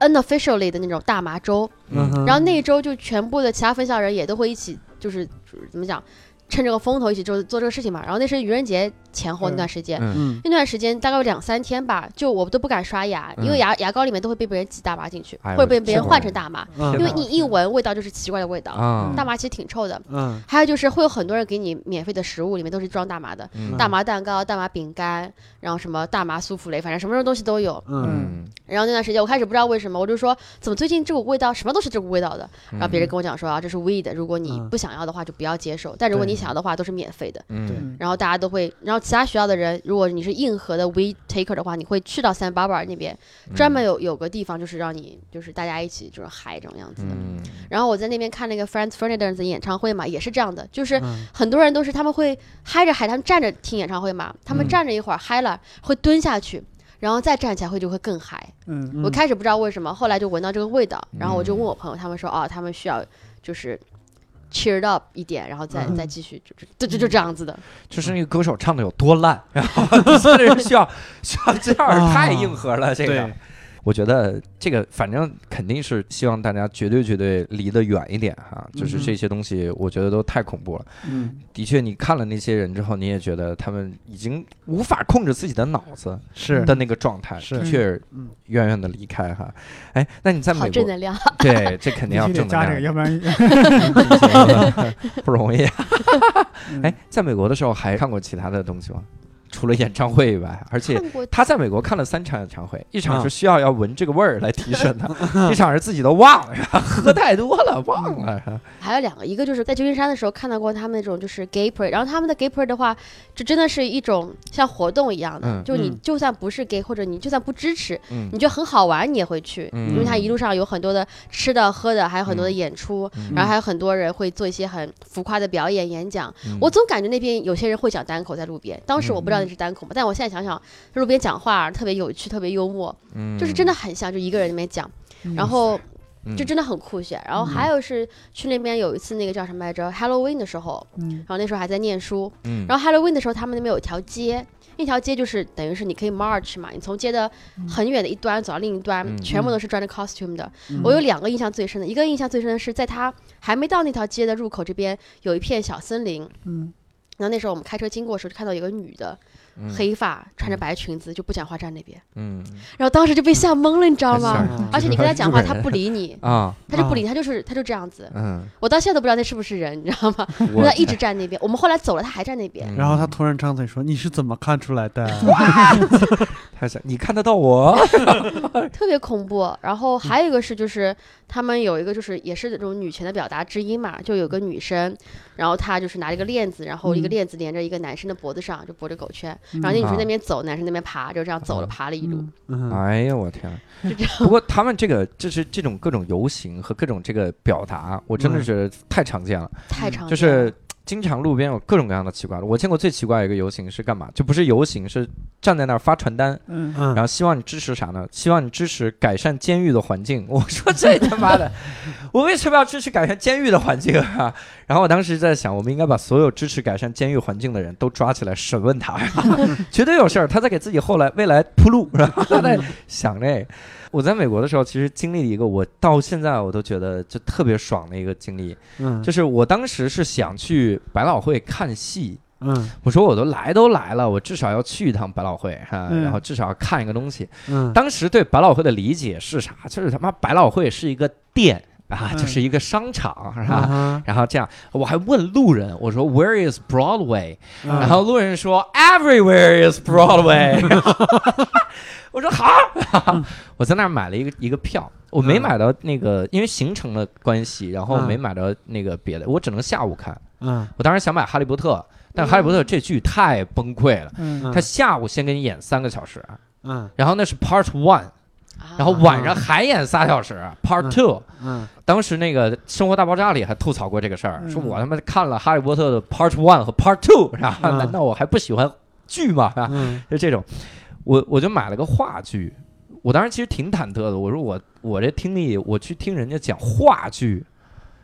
D: unofficially 的那种大麻周，
A: 嗯
B: 嗯
D: 然后那一周就全部的其他分校人也都会一起就是就是怎么讲，趁这个风头一起就是做这个事情嘛。然后那是愚人节前后那
C: 嗯
D: 段时间，
A: 嗯
B: 嗯
D: 那段时间大概有两三天吧，就我都不敢刷牙，因为牙牙膏里面都会被别人挤大麻进去，
A: 嗯哎呦
D: 或者被别人
A: 天
D: 换
A: 哪
D: 成大麻，
B: 嗯，
D: 因为你一闻味道就是奇怪的味道，
A: 啊
D: 大麻其实挺臭的。
B: 嗯
D: 还有就是会有很多人给你免费的食物，里面都是装大麻的，
A: 嗯
D: 大麻蛋糕、大麻饼干，然后什么大麻苏芙蕾，反正什么种东西都有。
B: 嗯
A: 嗯，
D: 然后那段时间我开始不知道为什么，我就说怎么最近这股味道什么都是这股味道的，
A: 嗯
D: 然后别人跟我讲说啊这是 weed，如果你
B: 嗯
D: 不想要的话就不要接受，但如果
B: 对
D: 你想要的话都是免费的。
A: 嗯
B: 对
A: 嗯
D: 然后大家都会，然后其他学校的人，如果你是硬核的 weed taker 的话，你会去到三八八那边，
A: 嗯
B: 嗯
D: 专门有有个地方就是让你就是大家一起就是嗨这种样子的。
A: 嗯
D: 然后我在那边看那个 Franz Ferdinand 的演唱会嘛，也是这样的，就是
B: 嗯
D: 很多人都是他们会嗨着嗨，他们站着听演唱会嘛，他们
A: 嗯
D: 站着一会儿嗨了，会蹲下去，然后再站起来会就会更嗨。
C: 嗯，
D: 我开始不知道为什么，后来就闻到这个味道，然后我就
A: 嗯
D: 问我朋友，他们说哦，他们需要就是 cheered up 一点，然后再、
B: 嗯
D: 再继续，就就就就就这样子的。
A: 就是那个歌手唱的有多烂，然后 所有人需要需要这样，
B: 啊
A: 太硬核了。这个
B: 对，
A: 我觉得这个反正肯定是希望大家绝对绝对离得远一点哈，就是
B: 嗯
A: 这些东西我觉得都太恐怖了。
B: 嗯
A: 的确，你看了那些人之后，你也觉得他们已经无法控制自己的脑子
B: 是
A: 的那个状态，
B: 是
A: 的确
B: 嗯
A: 远远的离开哈。哎，那你在
D: 好
A: 美
D: 正
A: 国，
D: 能量，
A: 对，这肯定要
C: 必须得
A: 正
C: 加这
A: 能
C: 个，
A: 量，
C: 要不然
A: 不容易。哎
C: 哎，
A: 在美国的时候还看过其他的东西吗？除了演唱会以外，而 且
D: 看过
A: 他在美国看了三场演唱会，一场
B: 啊
A: 是需要要闻这个味儿来提神 的，一场是自己都忘了，喝太多了忘了。
D: 还有两个，一个就是在旧金山的时候看到过他们那种就是 gay parade，然后他们的 gay parade 的话，就真的是一种像活动一样的，
A: 嗯
D: 就你
B: 嗯
D: 就算不是 gay 或者你就算不支持，
A: 嗯
D: 你觉得很好玩你也会去，
A: 嗯
D: 因为它一路上有很多的吃的喝的，还有很多的
A: 嗯
D: 演出，
A: 嗯
D: 然后还有很多人会做一些很浮夸的表演演讲。
A: 嗯
D: 我总感觉那边有些人会讲单口在路边，当时我不知道那是单口嘛，但我现在想想，路边讲话特别有趣，特别幽默，就是真的很像就一个人那边讲，然后。
A: 嗯
D: 就真的很酷炫。
C: 嗯
D: 然后还有是去那边有一次那个叫什么来着，Halloween 的时候，
C: 嗯
D: 然后那时候还在念书。
A: 嗯
D: 然后 Halloween 的时候，他们那边有一条街，那条街就是等于是你可以 march 嘛，你从街的很远的一端走到另一端，
A: 嗯
D: 全部都是穿着 costume 的。
B: 嗯
D: 我有两个印象最深的，一个印象最深的是在他还没到那条街的入口这边有一片小森林。
C: 嗯
D: 然后那时候我们开车经过的时候，就看到有个女的，
A: 嗯
D: 黑发，穿着白裙子，就不讲话站那边。
A: 嗯
D: 然后当时就被吓懵了，你知道
A: 很吓
D: 吗？
A: 人
B: 嗯
D: 而且你跟她讲话，她不
A: 日
D: 理 你，
A: 本人啊
D: 她就不理，她就是她就这样子。
A: 嗯，
D: 我到现在都不知道那是不是人，你知道吗？因
A: 我
D: 为 他一直站那边。我们后来走了，他还站那边。
A: 嗯
B: 然后他突然张嘴说：“你是怎么看出来的
A: 他想你看得到 我，
D: 特别恐怖。然后还有一个是，就是他们有一个就是也是那种女权的表达之一嘛，就有个女生，然后她就是拿着一个链子，然后一个
C: 嗯
D: 链子连着一个男生的脖子上，就脖子狗圈，
C: 嗯
D: 然后那女
A: 啊
D: 生那边走，男生那边爬，就这样走了爬了一路。
B: 嗯
C: 嗯？”
A: 哎呀我天啊！不过他们这个就是这种各种游行和各种这个表达，我真的
B: 嗯
A: 觉得太常见了。
D: 太长，
A: 就是经常路边有各种各样的奇怪的。我见过最奇怪的一个游行是干嘛？就不是游行，是站在那儿发传单，
C: 嗯
B: 嗯，
A: 然后希望你支持啥呢？希望你支持改善监狱的环境。 我说这他妈的，我为什么要支持改善监狱的环境啊？然后我当时在想，我们应该把所有支持改善监狱环境的人都抓起来审问他，绝对有事儿，他在给自己后来未来铺路，然后他在想这个。我在美国的时候，其实经历了一个我到现在我都觉得就特别爽的一个经历，
B: 嗯
A: 就是我当时是想去百老汇看戏，
B: 嗯
A: 我说我都来都来了，我至少要去一趟百老汇哈、
C: 嗯
A: 然后至少要看一个东西。
B: 嗯，
A: 当时对百老汇的理解是啥？就是他妈百老汇是一个店啊，
C: 嗯
A: 就是一个商场，是吧？
B: 啊
A: 然后这样，我还问路人，我说 Where is Broadway？、
B: 嗯
A: 然后路人说 Everywhere is Broadway 。 我说好，我在那儿买了一个一个票，我没
B: 嗯
A: 买到那个，因为行程的关系，然后
B: 嗯
A: 没买到那个别的，我只能下午看。
B: 嗯
A: 我当时想买《哈利波特》，但《哈利波特》这剧太崩溃了，
C: 嗯
B: 嗯
A: 他下午先给你演三个小时，
B: 嗯
A: 然后那是 Part One，
D: 啊
A: 然后晚上还演仨小时，Part
B: 嗯
A: Two。
B: 嗯
A: 当时那个《生活大爆炸》里还吐槽过这个事儿，
C: 嗯
A: 说我他妈看了《哈利波特》的 Part One 和 Part Two，然后
B: 嗯
A: 难道我还不喜欢剧吗？啊，
B: 嗯
A: 就这种，我我就买了个话剧。我当时其实挺忐忑的，我说我我这听力，我去听人家讲话剧，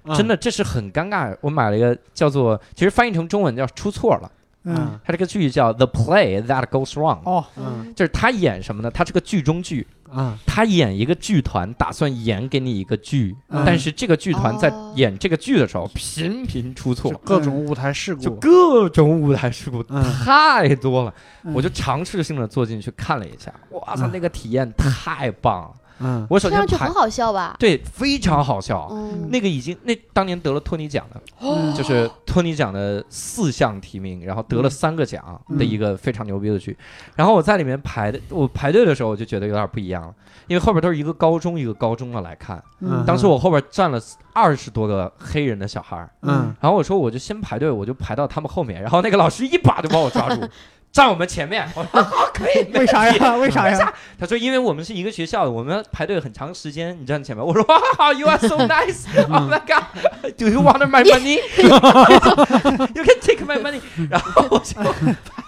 B: 嗯，
A: 真的这是很尴尬。我买了一个叫做，其实翻译成中文叫出错了，
C: 嗯，
A: 它这个剧叫《The Play That Goes Wrong》，
C: 哦，
B: 嗯
A: 就是他演什么呢？他是个剧中剧，
B: 啊
A: 他演一个剧团，打算演给你一个剧，
B: 嗯
A: 但是这个剧团在
D: 哦
A: 演这个剧的时候频频出错
B: 就，各种舞台事
A: 就
B: 故，
A: 各种舞台事故
B: 嗯
A: 太多了。
C: 嗯
A: 我就尝试性的坐进去看了一下，哇操，
B: 嗯
A: 那个体验太棒了！
B: 嗯
A: 我首
D: 听上
A: 先
D: 去
A: 排
D: 很好笑吧？
A: 对非常好笑，
D: 嗯，
A: 那个已经那当年得了托尼奖的，
C: 嗯
D: 哦
A: 就是托尼奖的四项提名，然后得了三个奖的一个非常牛逼的剧。然后我在里面排的，我排队的时候我就觉得有点不一样了，因为后边都是一个高中一个高中的来看。
B: 嗯
A: 当时我后边站了二十多个黑人的小孩儿，
B: 嗯
A: 然后我说我就先排队，我就排到他们后面，然后那个老师一把就把我抓住，站我们前面。 我说好，可以，没
C: 为啥
A: 问题？
C: 呀？为啥呀？
A: 他说因为我们是一个学校的，我们排队很长时间，你站前面。我说 哇好，You are so nice. Oh my god, do you want my money? you can take my money. 然后我就 嗯排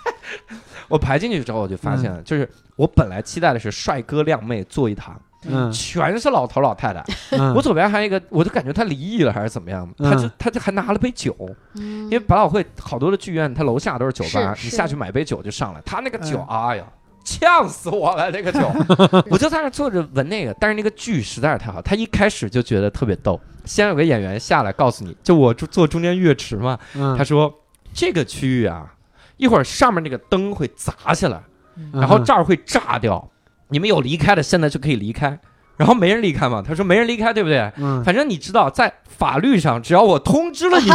A: 我排进去之后，我就发现了，就是我本来期待的是帅哥靓妹坐一堂，
B: 嗯
A: 全是老头老太太。
B: 嗯，
A: 我左边还有一个，我就感觉他离异了还是怎么样，
B: 嗯
A: 他就他就还拿了杯酒，
D: 因
A: 因为百老汇好多的剧院，它楼下都是酒吧，
D: 嗯是
A: 你
D: 是
A: 下去买杯酒就上来，他那个酒，
C: 嗯
A: 哎呀。呛死我了！这个酒，我就在那坐着闻那个，但是那个剧实在是太好。他一开始就觉得特别逗，先有个演员下来告诉你，就我住坐中间乐池嘛，
B: 嗯
A: 他说这个区域啊，一会儿上面那个灯会砸下来，
B: 嗯
A: 然后这儿会炸掉，你们有离开的现在就可以离开，然后没人离开嘛，他说没人离开，对不对？
B: 嗯
A: 反正你知道，在法律上，只要我通知了你，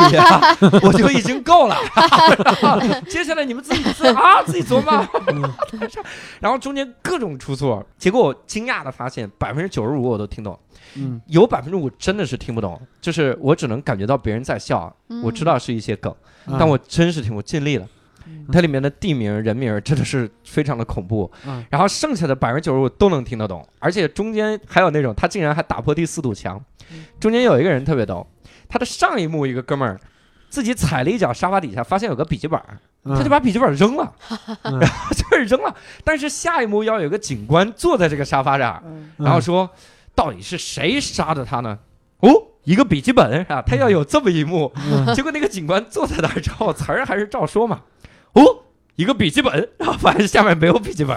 A: 我就已经够了。 然后接下来你们自己自啊 自己琢磨。 然后中间各种出错，结果我惊讶的发现，百分之九十五我都听懂，
B: 嗯
A: 有百分之五真的是听不懂，就是我只能感觉到别人在笑，我知道是一些梗，
B: 嗯
A: 但我真是挺我尽力了
C: 嗯。
A: 它里面的地名、人名真的是非常的恐怖，
B: 嗯
A: 然后剩下的百分之九十五都能听得懂，而且中间还有那种他竟然还打破第四堵墙，
B: 嗯
A: 中间有一个人特别逗，他的上一幕一个哥们儿自己踩了一脚沙发底下，发现有个笔记本儿，他就把笔记本儿扔 了，
B: 嗯
A: 然后就是扔了，但是下一幕要有个警官坐在这个沙发上，
C: 嗯
A: 然后说到底是谁杀的他呢？哦，一个笔记本啊，他要有这么一幕。
B: 嗯
A: 结果那个警官坐在那儿之后，词儿还是照说嘛。哦，一个笔记本，然后发现下面没有笔记本，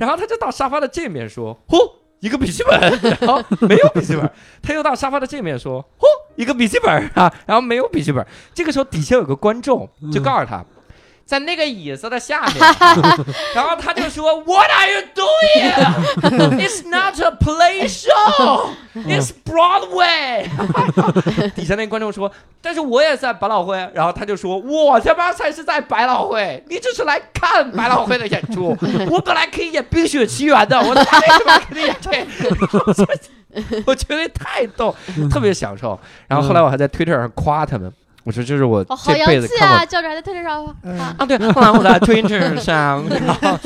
A: 然后他就到沙发的这面说，哦。一个笔记本，然后没有笔记本，他又到沙发的这面说：“哦，一个笔记本啊，然后没有笔记本。”这个时候底下有个观众就告诉他，在那个椅子的下面，然后他就说：“What are you doing？” It's not a play show, it's Broadway 。 底下那观众说：“但是我也在百老汇。”然后他就说：“我他妈才是在百老汇，你这是来看百老汇的演出。我本来可以演《冰雪奇缘》的，我他妈他妈肯定演这个。 我”我觉得太逗，特别享受。然后后来我还在推特上夸他们，我说：“这是我
D: 哦，好
A: 这
D: 洋
A: 辈子
D: 气
A: 看过
D: 啊！教主还在推特上
C: 嗯
D: 发，
A: 啊，对，后来我在 Twitter 上，然后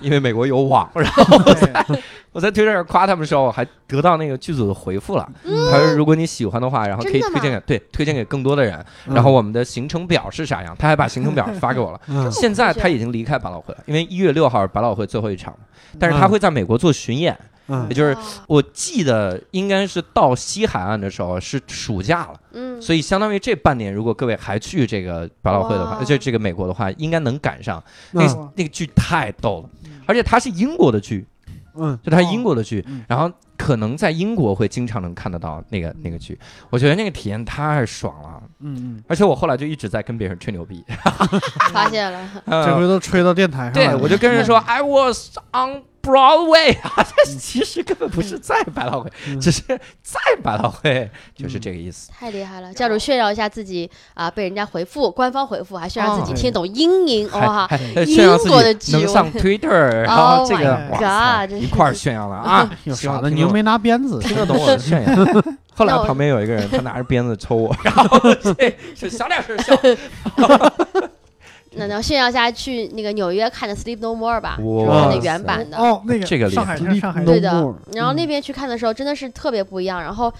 A: 因为美国有网，然后我在我在 Twitter 上夸他们的时候，我还得到那个剧组的回复了。他说，如果你喜欢的话，然后可以
D: 嗯真的
A: 推
D: 吗
A: 荐给对推荐给更多的人。
B: 嗯
A: 然后我们的行程表是啥样？他还把行程表发给我 了。
B: 嗯
A: 现在他已经离开百老汇了，因为一月六号是百老汇最后一场嘛，但是他会在美国做巡演，
B: 嗯
A: 也就是
D: 哇
A: 我记得应该是到西海岸的时候是暑假了。
D: 嗯，
A: 所以相当于这半年，如果各位还去这个百老汇的话，呃
D: 哇
A: 就这个美国的话，应该能赶上。那
B: 嗯
A: 个那个剧太逗了，而且它是英国的剧，
B: 嗯
A: 就它是英国的剧
B: 嗯，
A: 然后可能在英国会经常能看得到那个那个剧。我觉得那个体验太爽了，
B: 嗯
A: 而且我后来就一直在跟别人吹牛 逼，
D: 发现了，
B: 嗯，这回都吹到电台上
A: 对
B: 来了，
A: 我就跟人
B: 嗯
A: 说 I was on Broadway 啊，但其实根本不是在百老汇，
B: 嗯
A: 只是在百老汇，就是这个意思。
D: 太厉害了！教主炫耀一下自己啊，被人家回复，官方回复，还啊炫耀自己
A: 哦
D: 听懂英音，
A: 还
D: 哇！
A: 还还炫耀自
D: 哦英国的
A: 己
D: 剧
A: 能上 Twitter，然后
D: Oh
A: 这
D: my
A: 个哇
D: god，
A: 塞
D: 真是
A: 一块儿炫耀了 啊！
B: 有
A: 希望
B: 哎啥的，
A: 听
B: 你又
A: 懂
B: 没拿鞭子，
A: 听得懂我的 炫耀。后来
D: 那我
A: 旁边有一个人，他拿着鞭子抽我， 然后这是小点 声笑。
D: 那那炫耀一下去那个纽约看的《Sleep No More》吧，
A: 哇
D: 是看的原版的。
C: 哦，那个
A: 这个厉害
C: 上海上海
B: 嗯 No
D: 对的
B: more，
D: 然后那边去看的时候，真的是特别不一样。然后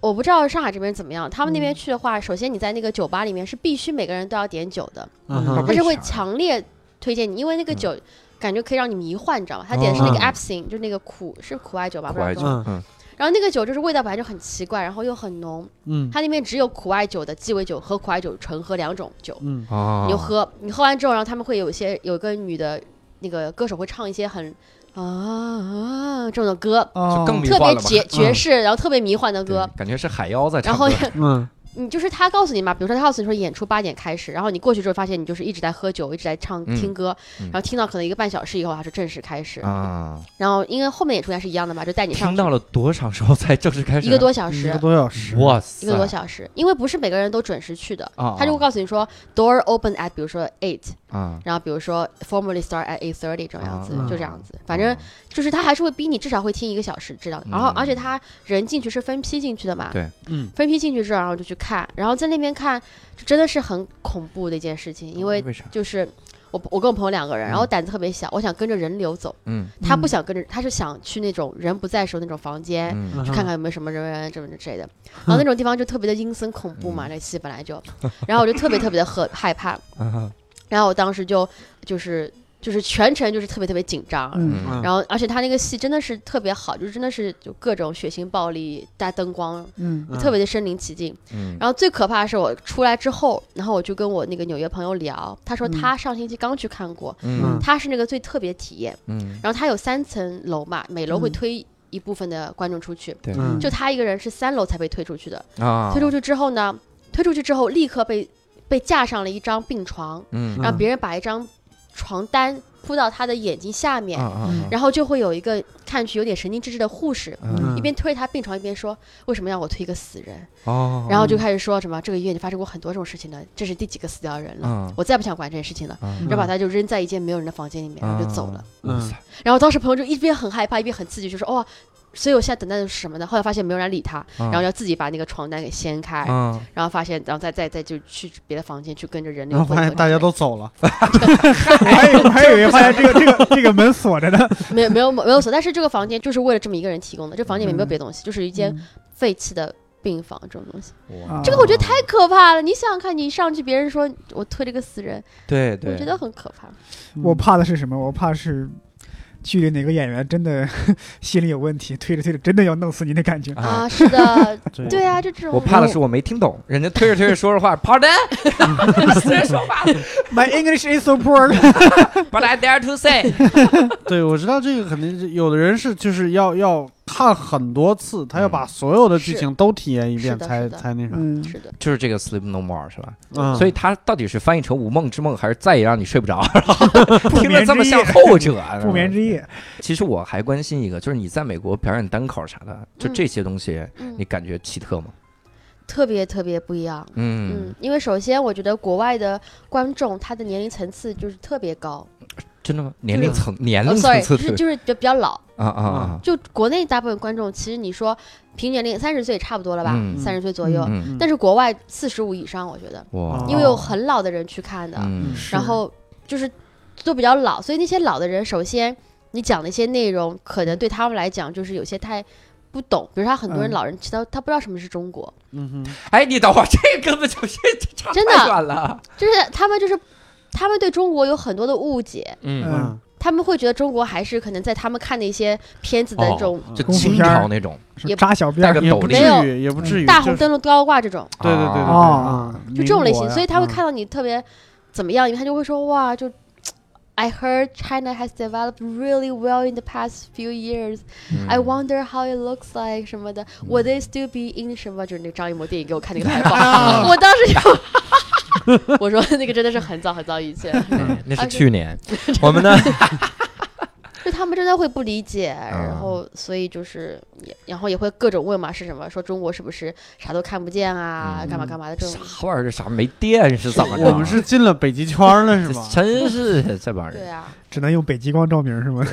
D: 我不知道上海这边怎么样，他们那
A: 嗯
D: 边去的话，首先你在那个酒吧里面是必须每个人都要点酒的，
B: 嗯
C: 嗯
D: 他
B: 哼
D: 是会
C: 为啥
D: 强烈推荐你，因为那个
A: 嗯哦
D: 酒感觉可以让你迷幻，你知道吗？他点的是那个 Epsin，就是那个苦是苦艾酒吧，不知道
A: 怀旧
D: 怎么
B: 嗯，
A: 嗯，
D: 然后那个酒就是味道本来就很奇怪，然后又很浓，
B: 嗯
D: 它那边只有苦艾酒的鸡尾酒和苦艾酒纯喝两种酒，
B: 嗯
A: 哦
D: 你就喝，你喝完之后，然后他们会有一些有一个女的那个歌手会唱一些很啊啊这种的歌，
A: 就
C: 哦，
A: 更迷
D: 特
A: 幻
D: 别
A: 了嘛嗯
D: 爵爵士，然后特别迷幻的歌。
A: 对感觉是海妖在唱
D: 然
A: 歌
D: 后。
B: 嗯，
D: 你就是他告诉你嘛，比如说他告诉你说演出八点开始，然后你过去之后发现你就是一直在喝酒，一直在唱
A: 嗯
D: 听歌，
A: 嗯
D: 然后听到可能一个半小时以后，他说正式开始。
A: 啊，
D: 然后因为后面演出应该是一样的嘛，就带你上
A: 听到了多长时候才正式开始？
D: 一个，多小
B: 一
D: 时
B: 个，
A: 嗯
B: 多小时，
A: 哇塞，
D: 一个多小时，因为不是每个人都准时去的。
A: 啊，
D: 他就会告诉你说，door open at 比如说 eight，
A: 啊，
D: 然后比如说 formally start at eight thirty 这种样子，
A: 啊
D: 就这样子。反正就是他还是会逼你至少会听一个小时，知道。然后
A: 嗯
D: 而且他人进去是分批进去的嘛，
A: 对
B: 嗯，
D: 分批进去之后，然后就去看，然后在那边看，就真的是很恐怖的一件事情，
C: 嗯
D: 因为
A: 为啥？
D: 就是我我跟我朋友两个人，然后胆子特别小，我想跟着人流走，
A: 嗯
D: 他不
B: 嗯
D: 想跟着，他是想去那种人不在的时候那种房间。
A: 嗯
B: 嗯
D: 去看看有没有什么人员什么之类的，
C: 嗯
D: 然后那种地方就特别的阴森恐怖嘛，那戏本来就，然后我就特别特别的害害怕，
A: 啊
D: 然后我当时就就是就是全程就是特别特别紧张，
C: 嗯，
B: 嗯
D: 然后而且他那个戏真的是特别好，就是真的是就各种血腥暴力加灯光，
C: 嗯
D: 特别的身临其境。
A: 嗯
D: 然后最可怕的是我出来之后，然后我就跟我那个纽约朋友聊，他说
C: 嗯
D: 他上星期刚去看过，
A: 嗯
D: 他是那个最特别体验。
A: 嗯，
D: 然后他有三层楼嘛，每楼会
C: 嗯
D: 推一部分的观众出去，
A: 对
B: 嗯
D: 就他一个人是三楼才被推出去的。
A: 啊，
D: 推出去之后呢，推出去之后立刻被被架上了一张病床，
A: 嗯
D: 让别人把一张床单铺到他的眼睛下面，
A: 啊啊
D: 然后就会有一个看去有点神经质质的护士。
A: 嗯
D: 一边推着他病床，一边说：“为什么让我推一个死人？”
A: 哦，
D: 然后就开始说什么：“这个医院里发生过很多这种事情的，这是第几个死掉的人了，
A: 嗯
D: 我再不想管这件事情了。”
A: 嗯
D: 然后把他就扔在一间没有人的房间里面，然后就走了。。
A: 哇塞，
B: 嗯
D: 然后当时朋友就一边很害怕，一边很刺激，就说：“哇！”所以我现在等待的是什么呢？后来发现没有人来理他，
B: 嗯
D: 然后要自己把那个床单给掀开，
A: 嗯，
D: 然后发现，然后再再再就去别的房间去跟着人流
B: 然
D: 混
B: 后
D: 合之类的。
B: 发现大家都走了，
C: 我还以为我还以为发现这个这个这个门锁着呢，
D: 没有没有没有锁，但是这个房间就是为了这么一个人提供的，这房间
B: 嗯
D: 里面没有别的东西，就是一间废弃的病房这种东西，
C: 啊
D: 哎这个我觉
A: 嗯
D: 得太可怕了。你想想看，你上去别人说我推了个死人，
A: 对
D: 我
A: 对，
D: 觉得很可怕。
B: 啊
C: 嗯我怕的是什么？我怕是剧里哪个演员真的 心里有问题，推着推着真的要弄死你的感觉。
A: 啊，
D: 啊，是的，
B: 对
D: 对啊，就这种
A: 嗯我怕的是我没听懂， 人家推着推着说着话，Pardon，虽然说话
C: My English is so poor 。
A: ，But I dare to say，
B: 对，我知道这个肯定是有的人是就是要要看很多次，他要把所有的剧
D: 嗯是
B: 情都体验一
D: 是
B: 遍
D: 的
B: 才
D: 是的
B: 才那啥。
C: 嗯，
D: 是的，
A: 就是这个 Sleep No More 是吧？
B: 嗯，
A: 所以它到底是翻译成无梦之梦，还是再也让你睡不着？
C: 不
A: 听着
C: 眠
A: 这么
C: 之
A: 像
C: 夜，
A: 后者，啊
C: 不眠之夜。
A: 其实我还关心一个，就是你在美国表演单口啥的，就这些东西，
D: 嗯
A: 你，感觉奇特吗？
D: 特别特别不一样。
A: 嗯
D: 嗯，，因为首先我觉得国外的观众他的年龄层次就是特别高，
A: 真的吗？年龄层年龄
D: 哦
A: 哎层
D: ，sorry，
A: 次
D: 就嗯
A: 特
D: 是就是就比较老。
A: 啊啊啊！
D: 就国内大部分观众，其实你说平均年龄三十岁差不多了吧，
A: 嗯
D: 三十岁左右。
A: 嗯，
D: 但是国外四十五以上，我觉得，
A: 哇，
D: 因为有很老的人去看的，
A: 嗯
C: 是
D: 然后就是都比较老，所以那些老的人，首先你讲的一些内容，可能对他们来讲就是有些太不懂，比如他很多人
C: 嗯
D: 老人，其实他他不知道什么是中国，
B: 嗯哼，
A: 哎，你等会儿，这根本就是 差
D: 真的
A: 太远了。
D: 就是他们就是他们对中国有很多的误解。
A: 嗯，
C: 嗯
B: 嗯，
D: 他们会觉得中国还是可能在他们看的一些片子的
A: 哦
D: 这
B: 嗯
D: 种
A: 就
C: 功夫
A: 清
C: 片儿
A: 朝那种
C: 是
D: 也
C: 扎小辫
A: 带
C: 儿
A: 个，
B: 也
A: 斗
B: 不至
A: 笠
D: 没有嗯
B: 于，也不至于，
D: 大
B: 就
D: 红
B: 是
D: 灯笼高挂这种，
B: 对对对对
A: 啊
C: 哦
B: 对，
D: 就这种类型，
B: 民国呀
D: 所以他会
B: 嗯
D: 看到你特别怎么样，因为他就会说哇，就 I heard China has developed really well in the past few years.
B: 嗯
A: 嗯
D: I wonder how it looks like 什么的，Would it still be in 什么？就是那个张艺谋电影给我看那个海 报，我当时就， 我说那个真的是很早很早以前，
A: 嗯那是
D: 而且
A: 去 年，我们呢？
D: 就他们真的会不理解，
A: 嗯
D: 然后所以就是也，然后也会各种问嘛是什么，说中国是不是啥都看不见啊，
A: 嗯
D: 干嘛干嘛的这
A: 啥
D: 种，
A: 玩意儿？这啥没电是怎么着？
B: 嗯我们是进了北极圈了是
A: 这
B: 吧？
A: 真是这帮
D: 对
A: 人。
D: 啊，
C: 只能用北极光照明是 吗？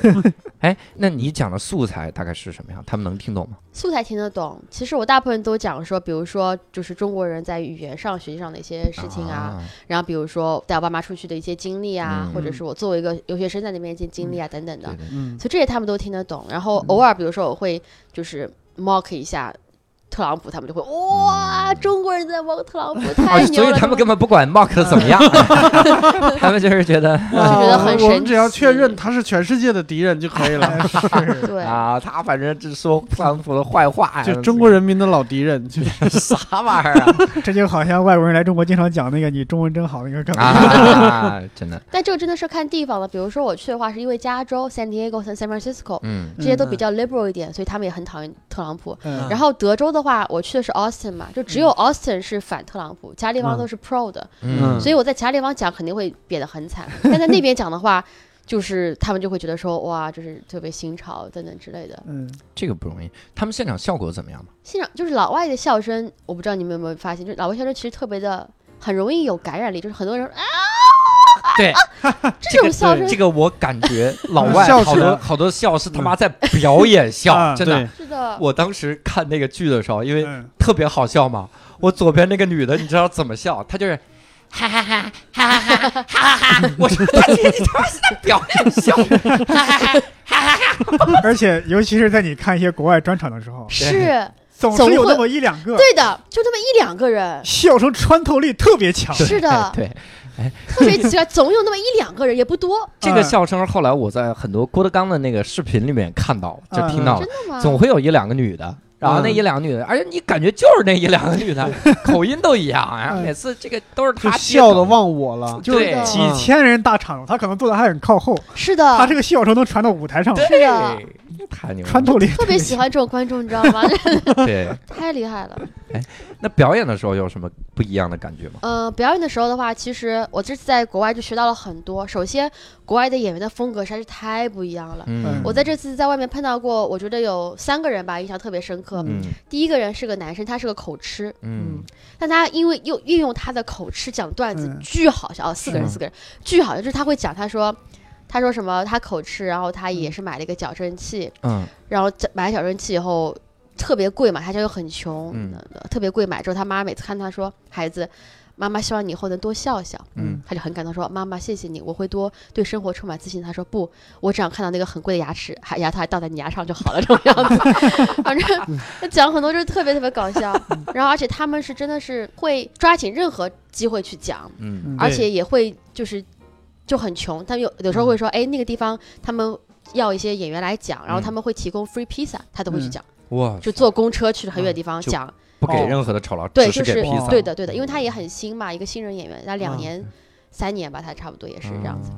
A: 哎，那
D: 嗯
A: 你讲的素材大概是什么样？他们能听懂吗？
D: 素材听得懂。其实我大部分都讲说，比如说就是中国人在语言上、学习上的一些事情啊，然后比如说带我爸妈出去的一些经历啊，
A: 嗯
D: 或者是我作为一个留学生在那边一些经历啊、等等的
A: 对，嗯对
B: 嗯
D: 所以这些他们都听得懂。然后偶尔，比如说我会就是 mock 一下特朗普他们就会哇，中国人在帮特 朗普
A: 哦
D: 太，牛
A: 嗯所以
D: 了，
A: 他们根本不管 Mark 怎 么样， 他们就是觉得
D: 就觉得很神奇
B: 啊我们只要确认他是全世界的敌人就可以了，
C: 哎是
D: 对
A: 啊，他反正只说特朗普的坏话，
B: 就中国人民的老敌人，就是
A: 啥玩意儿啊
C: 这就好像外国人来中国经常讲那个“你中文真好”那个梗。
A: 啊，真的，
D: 但这个真的是看地方了。比如说我去的话，是因为加州 San Diego、San Francisco
A: 嗯
D: 这些都
B: 嗯
D: 比较 liberal 一点，所以他们也很讨厌特朗普。
B: 嗯
D: 然后德州的话，我去的是 Austin 嘛，就只有 Austin 是反特朗普，其他地方都是 pro 的。
B: 嗯
D: 所以我在其他地方讲肯定会贬得很惨，但在那边讲的话，就是他们就会觉得说哇，就是特别新潮等等之类的。
C: 嗯，
A: 这个不容易。他们现场效果怎么样嘛？
D: 现场就是老外的笑声，我不知道你们有没有发现，就是老外笑声其实特别的很容易有感染力，就是很多人说啊
A: 对，
D: 这种啊笑声
A: 这个我感 觉老外
B: 笑
A: 好
B: 起来
A: 多好多笑是他妈在表演笑，
B: 啊
A: 真的
B: 对。
D: 是的，
A: 我当时看那个剧的时候，因为
B: 嗯
A: 特别好笑嘛，我左边那个女的，你知道怎么笑？她就是。哈哈哈哈哈哈哈哈哈哈！我说她这你他妈是在表演笑，哈哈哈哈哈哈！
C: 而且尤其是在你看一些国外专场的时候，
D: 是
C: 总
D: 总
C: 是有
D: 会
C: 那么一两个
D: 对的，就这么一两个人，
C: 笑声穿透力特别强。
D: 是的，
A: 对，
D: 特别奇怪，总有那么一两个人，也 不多，
A: 这
C: 嗯
A: 个笑声后来我在很多郭德纲的那个视频里面看到，就听到
D: 真
A: 了，
D: 的吗？
A: 啊总会有一两个女的，然后那
B: 嗯
A: 一两个女的，而且你感觉就是那一两个女的，口音都一样啊，
C: 嗯
A: 每次这个都是
B: 就
A: 她
B: 笑的忘我了。
A: 接梗，
D: 就是
A: 对
D: 的
C: 几千人大场，他可能坐的还很靠后，
D: 是的，
C: 他这个笑声能传到舞台上，
A: 对，
D: 是的
A: 太牛了，
C: 穿透力
D: 特别喜欢这种观众，你知道 吗？
A: 对。
D: 太厉害了。
A: 那表演的时候有什么不一样的感觉吗？
D: 呃，表演的时候的话，其实我这次在国外就学到了很多。首先，国外的演员的风格实在是太不一样了。
A: 嗯，
D: 我在这次在外面碰到过，我觉得有三个人吧，印象特别深刻。
A: 嗯
D: 第一个人是个男生，他是个口吃，
A: 嗯
D: 但他因为又运用他的口吃讲段子，
C: 嗯
D: 巨好笑。哦，四个
A: 是
D: 人，
A: 吗
D: 四个人，巨好笑。就是他会讲，他说，他说什么，他口吃，然后他也是买了一个矫正器，
A: 嗯
D: 然后这买矫正器以后特别贵嘛，他家又很穷，
A: 嗯
D: 呃特别贵买之后，他妈每次看他说孩子，妈妈希望你以后能多笑笑，
A: 嗯
D: 他就很感动说妈妈谢谢你，我会多对生活充满自信。他说不，我只想看到那个很贵的牙齿，还牙套还倒在你牙上就好了，这种样子。反正他讲很多就是特别特别搞笑，然后而且他们是真的是会抓紧任何机会去讲，
A: 嗯
D: 而
B: 对
D: 且也会就是就很穷，他们有有时候
A: 嗯
D: 会说，哎，那个地方他们要一些演员来讲，然后
A: 嗯
D: 他们会提供 free pizza，他都会去
B: 嗯
D: 讲，
A: 哇，
D: 就坐公车去很远的地方
A: 嗯就
D: 讲，
A: 不给
B: 哦
A: 任何的酬劳，
D: 对，
A: 只是
D: 就
A: 给
D: 是
A: 披萨，嗯
D: 对的对的，因为他也很新嘛，一个新人演员，他两年、三年吧，他差不多也是这
A: 嗯
D: 样子。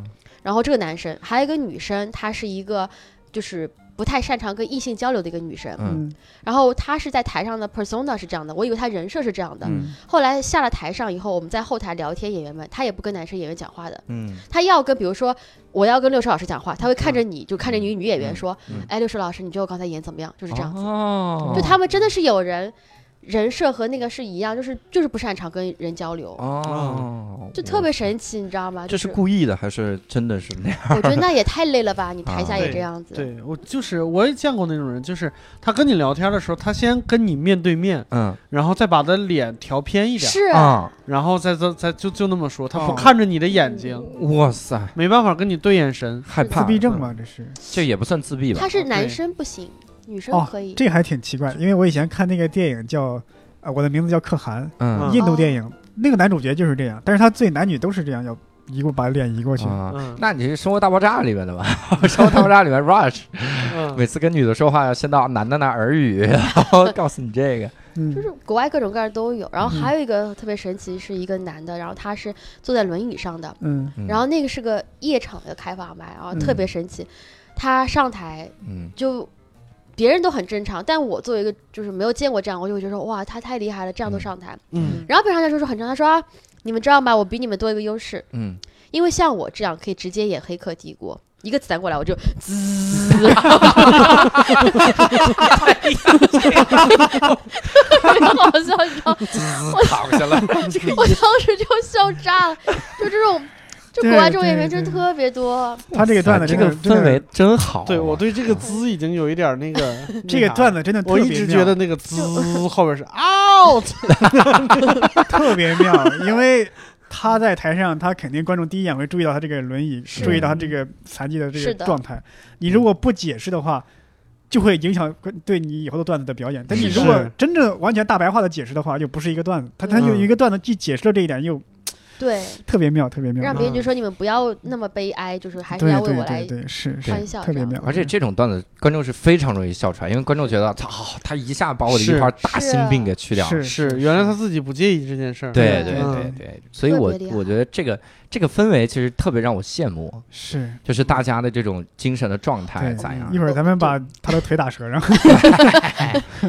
D: 然后这个男生还有一个女生，她是一个就是不太擅长跟异性交流的一个女生，
A: 嗯
C: 嗯
D: 然后她是在台上的 persona 是这样的，我以为她人设是这样的，
A: 嗯
D: 后来下了台上以后，我们在后台聊天，演员们她也不跟男生演员讲话的。
A: 嗯
D: 他要跟，比如说我要跟六叔老师讲话，他会看着你，就看着女女演员说
A: 嗯嗯：“
D: 哎，六叔老师，你觉得我刚才演怎么样？”就是这样子。
A: 哦
D: 就他们真的是有人人设和那个是一样，就是就是不擅长跟人交流，
A: 哦，
D: 嗯就特别神奇，你知道吗？
A: 这
D: 就是
A: 故意的还哦嗯是真的是那样？
D: 我觉得那也太累了吧，你台
A: 啊
D: 下也
B: 对
D: 这样子。
B: 对我就是我也见过那种人，就是他跟你聊天的时候，他先跟你面对面，
A: 嗯
B: 然后再把他脸调偏一点，
D: 是，
A: 啊，
B: 然后再再再就就那么说，他不
C: 哦
B: 看着你的眼睛，
A: 哇塞，
B: 没办法跟你对眼神。
A: 害
C: 自
A: 怕
C: 闭症嘛，这是
A: 这也不算自闭吧
D: 他？是男
B: 对
D: 生不行，女生
C: 哦
D: 可以。
C: 这个还挺奇怪，因为我以前看那个电影叫呃我的名字叫可汗，
A: 嗯
B: 嗯
C: 印度
D: 哦
C: 电影，那个男主角就是这样，但是他最男女都是这样，要移过把脸移过去。
A: 啊，
B: 嗯
A: 那你是《生活大爆炸》里面的吧？ 《生活大爆炸》里面 Rush
B: 嗯，
A: 每次跟女的说话要先到男的那儿耳语，然 后告诉你这个，
C: 嗯
D: 就是国外各种各样都有，然后还有一个特别神奇，是一个男的，然后他是坐在轮椅上的，
C: 嗯
A: 嗯
D: 然后那个是个夜场的开放麦，然后特别神奇。他上台
A: 嗯
D: 就别人都很正常，但我作为一个就是没有见过这样，我就会觉得说哇，他太厉害了，这样都
A: 嗯
D: 上台。
B: 嗯
D: 然后别人上台说说很正常，他说、啊、你们知道吗？我比你们多一个优势，
A: 嗯，
D: 因为像我这样可以直接演《黑客帝国》，一个子弹过来我 就滋， 特别好笑，你知道吗？
A: 躺下了，
D: 我当时就笑炸了，就这种，就国外这种演员真的特别多。
C: 他这个段 子
A: 这
C: 真
A: 个
C: 的
A: 氛围真好啊，
B: 对我对这个滋已经有一点那个
C: 这个段
B: 子，
C: 子真的
B: 我
C: 特
B: 一
C: 别
B: 直觉
C: 妙
B: 得，那个滋后边是啊 out，
C: 特别妙，因为他在台上，他肯定观众第一眼会注意到他这个轮椅，
A: 是
C: 注意到他这个残疾的这
D: 是
C: 个
D: 的
C: 状态。你如果不解释的话，就会影响对你以后的段子的表演。但你如果
B: 是
C: 真正完全大白话的解释的话，就不是一个段子。他他有
B: 嗯
C: 一个段子既解释了这一点，又
D: 对，
C: 特别妙，特别妙。
D: 让别人就说你们不要那么悲哀，就是还是
C: 对
D: 要为
C: 对
D: 我
C: 对
D: 来。
C: 对，是
D: 欢
C: 是
D: 笑
C: 特
D: 这
C: 别
D: 样
C: 妙。嗯
A: 而且这种段子观众是非常容易笑出来，因为观众觉得操，他一下把我的一
B: 是
A: 块大
D: 是啊
A: 心病给去掉了。
C: 是
B: 是，原来他自己不介意这件事儿。
A: 对对
D: 对
A: 对
B: 嗯
A: 对，所以我
D: 特别厉害
A: 我觉得这个这个氛围其实特别让我羡慕，
C: 是
A: 就是大家的这种精神的状态
C: 嗯对
A: 咋样啊
C: 一？会儿咱们把他的腿打折，然后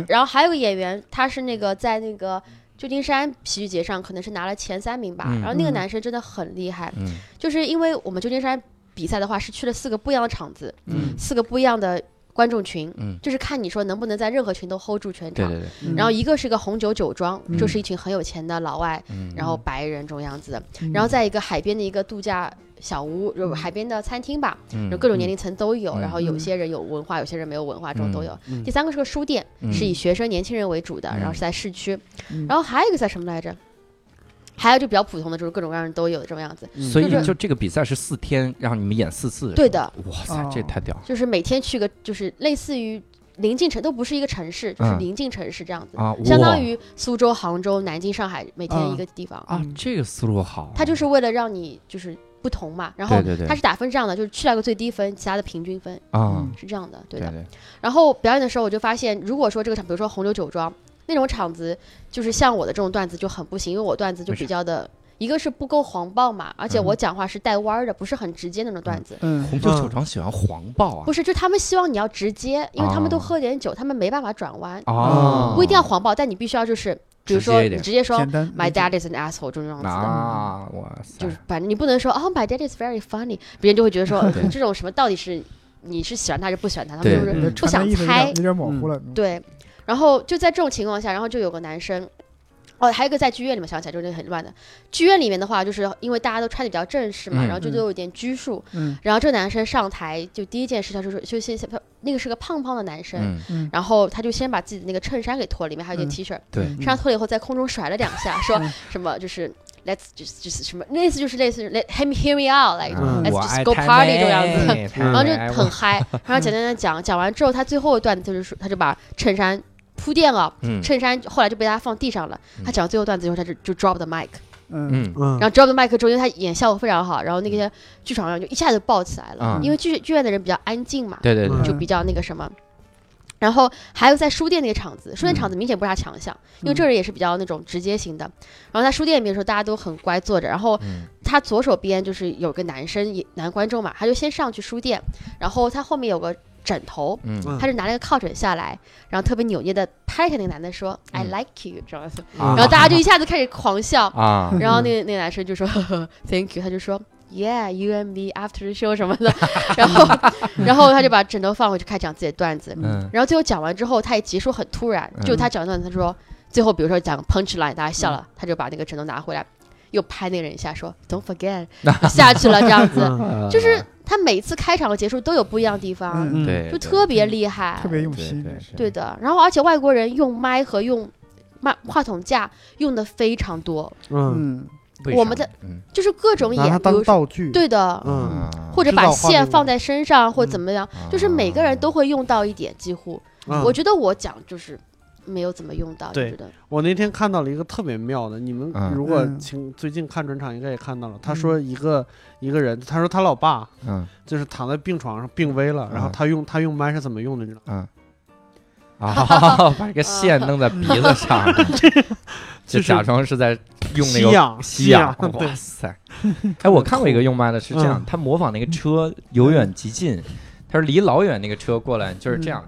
D: 然后还有个演员，他是那个在那个旧金山喜剧节上可能是拿了前三名吧。
A: 嗯
D: 然后那个
B: 嗯
D: 男生真的很厉害，
A: 嗯
D: 就是因为我们旧金山比赛的话是去了四个不一样的场子，
A: 嗯
D: 四个不一样的观众群，
A: 嗯，
D: 就是看你说能不能在任何群都 hold 住全
A: 对
D: 场。
A: 对对，
B: 嗯
D: 然后一个是个红酒酒庄，
C: 嗯
D: 就是一群很有钱的老外，
A: 嗯，
D: 然后白人这种样子，
C: 嗯
D: 然后在一个海边的一个度假小屋，就是海边的餐厅吧，
A: 嗯
D: 然后各种年龄层都有，
A: 嗯
D: 然后有些人有文化，有些人没有文化，这种都有。
B: 嗯
D: 第三个是个书店，
A: 嗯
D: 是以学生年轻人为主的，
A: 嗯
D: 然后是在市区，
C: 嗯
D: 然后还有一个在什么来着？还有就比较普通的，就是各种各样的都有这种样子。
B: 嗯
A: 所以
D: 就是
A: 就这个比赛是四天，让你们演四次。
D: 对的，
A: 哇塞
C: 哦，
A: 这太屌了
D: 就是每天去个，就是类似于临近城，都不是一个城市，就是
A: 嗯
D: 临近城市这样子，
A: 啊！
D: 相当
A: 哇
D: 于苏州、杭州、南京、上海每天
C: 啊
D: 一个地方。
A: 啊，这个思路好，
D: 它就是为了让你就是不同嘛，然后
A: 对对对
D: 它是打分这样的，就是去掉个最低分，其他的平均分
A: 啊，
C: 嗯
D: 是这样的，对
A: 对
D: 的。
A: 对，
D: 然后表演的时候，我就发现，如果说这个场，比如说红酒酒庄那种场子，就是像我的这种段子就很不行，因为我段子就
A: 为啥
D: 比较的，一个是不够黄暴嘛，而且
A: 嗯
D: 我讲话是带弯儿的，不是很直接那种段子。
C: 嗯
A: 红酒酒庄喜欢黄豹啊
D: 不，是，就他们希望你要直接，因为他们都
A: 哦
D: 喝点酒，他们没办法转弯，
A: 啊，
D: 不一定要黄暴，但你必须要就是，比如
A: 直
D: 说
A: 接一
D: 你
A: 点
D: 直接说
C: 简单
D: “My dad is an asshole” 这种样子的。
A: 啊，哇塞
D: 就，是反正你不能说哦，my dad is very funny，别人就会觉得说
A: 对
D: 这种什么到底是你是喜欢他还是不喜欢他，他们
A: 对
D: 就是
B: 嗯
C: 嗯
D: 不想
C: 传达意思有点
D: 猜嗯
C: 有点模糊了。嗯
D: 对。然后就在这种情况下，然后就有个男生，哦，还有一个在剧院里面想起来就是很乱的，剧院里面的话就是因为大家都穿的比较正式嘛，
A: 嗯
D: 然后就
C: 嗯
D: 都有点拘束。
C: 嗯
D: 然后这个男生上台就第一件事他就是就先那个是个胖胖的男生。
A: 嗯，
C: 嗯，
D: 然后他就先把自己的那个衬衫给脱了，里面还有
C: 嗯
D: 件 T 恤，
A: 对
D: 衬衫脱了以后在空中甩了两下，说
C: 嗯
D: 什么就是 Let's just just 什么，类似就是类似 Let him hear me out，like
A: 嗯
D: let's
A: 我
D: just
A: 爱
D: go
A: 太
D: party 这
A: 妹
D: 样子
A: 太
B: 然
D: 然后就
A: 妹我
D: 很嗨，然后讲讲讲讲讲完之后，他最后一段就是说，他就把衬衫铺垫了，
A: 嗯
D: 衬衫后来就被他放地上了。他
A: 嗯
D: 讲最后段子之后，他就就 drop the mic，
C: 嗯
A: 嗯
B: 嗯，
D: 然后 drop the mic 之后，因为他演效果非常好，然后那些剧场上就一下就爆起来了
A: 嗯，
D: 因为剧剧院的人比较安静嘛，
A: 对对对，
D: 嗯
C: 嗯
D: 就比较那个什么。然后还有在书店那个场子，书店
A: 嗯
D: 场子明显不是他强项，因为这人也是比较那种直接型的。然后在书店里面的时候，大家都很乖坐着，然后
A: 嗯
D: 他左手边就是有个男生也男观众嘛，他就先上去书店，然后他后面有个枕头，
A: 嗯
D: 他就拿了个靠枕下来，然后特别扭捏的拍着那个男的说、I
C: 嗯
D: like you” 这样子，
A: 啊
D: 然后大家就一下子开始狂笑，
C: 嗯
A: 啊，
D: 然后那个那个男生就说 呵呵 “Thank you”，他就说。Yeah, you and me after the show 什么的， 然后，然后他就把枕头放回去，开始讲自己的段子。
A: 嗯
D: 然后最后讲完之后，他也结束很突然，
C: 嗯
D: 就他讲一段，他说最后比如说讲 punch line，大家笑
C: 嗯
D: 了，他就把那个枕头拿回来，又拍那个人一下说 don't forget，下去了这样子，
B: 嗯
D: 就是他每次开场和结束都有不一样的地方，
C: 嗯，
A: 对，
D: 就
A: 对
D: 特别厉害，
C: 特别用
A: 对
C: 心
A: 对。
D: 对的。然后而且外国人用麦和用麦话筒架用的非常多，
B: 嗯，
C: 嗯，
A: 为
D: 我
A: 啥
D: 们的
A: 嗯
D: 就是各种
B: 拿它
D: 演，比
B: 当
D: 如说
B: 道具，
D: 对的，
B: 嗯，
A: 啊
D: 或者
B: 制
D: 把
B: 造画面
D: 线
B: 嘛
D: 放在身上或
B: 嗯
D: 怎么样，就是每个人都会用到一点，几乎。
B: 嗯，
D: 我觉得我讲就是没有怎么用到，就
B: 对
D: 觉得
B: 我那天看到了一个特别妙的，你们
A: 嗯
B: 如果
C: 嗯
B: 请最近看转场应该也看到了，他
C: 嗯
B: 说一个一个人，他说他老爸
A: 嗯
B: 就是躺在病床上病危了，然后
A: 嗯
B: 他用他用麦是怎么用的，你知道吗？
A: 嗯啊， 把这个线弄在鼻子上， 就
B: 就是
A: 假装是在用那
B: 吸
A: 个
B: 氧，
A: 吸
B: 氧
A: 氧，，
B: 对
A: 哇， 塞！哎，我看过一个用麦的是这样
B: 嗯，
A: 他模仿那个车由远及近，他是离老远那个车过来就是这样，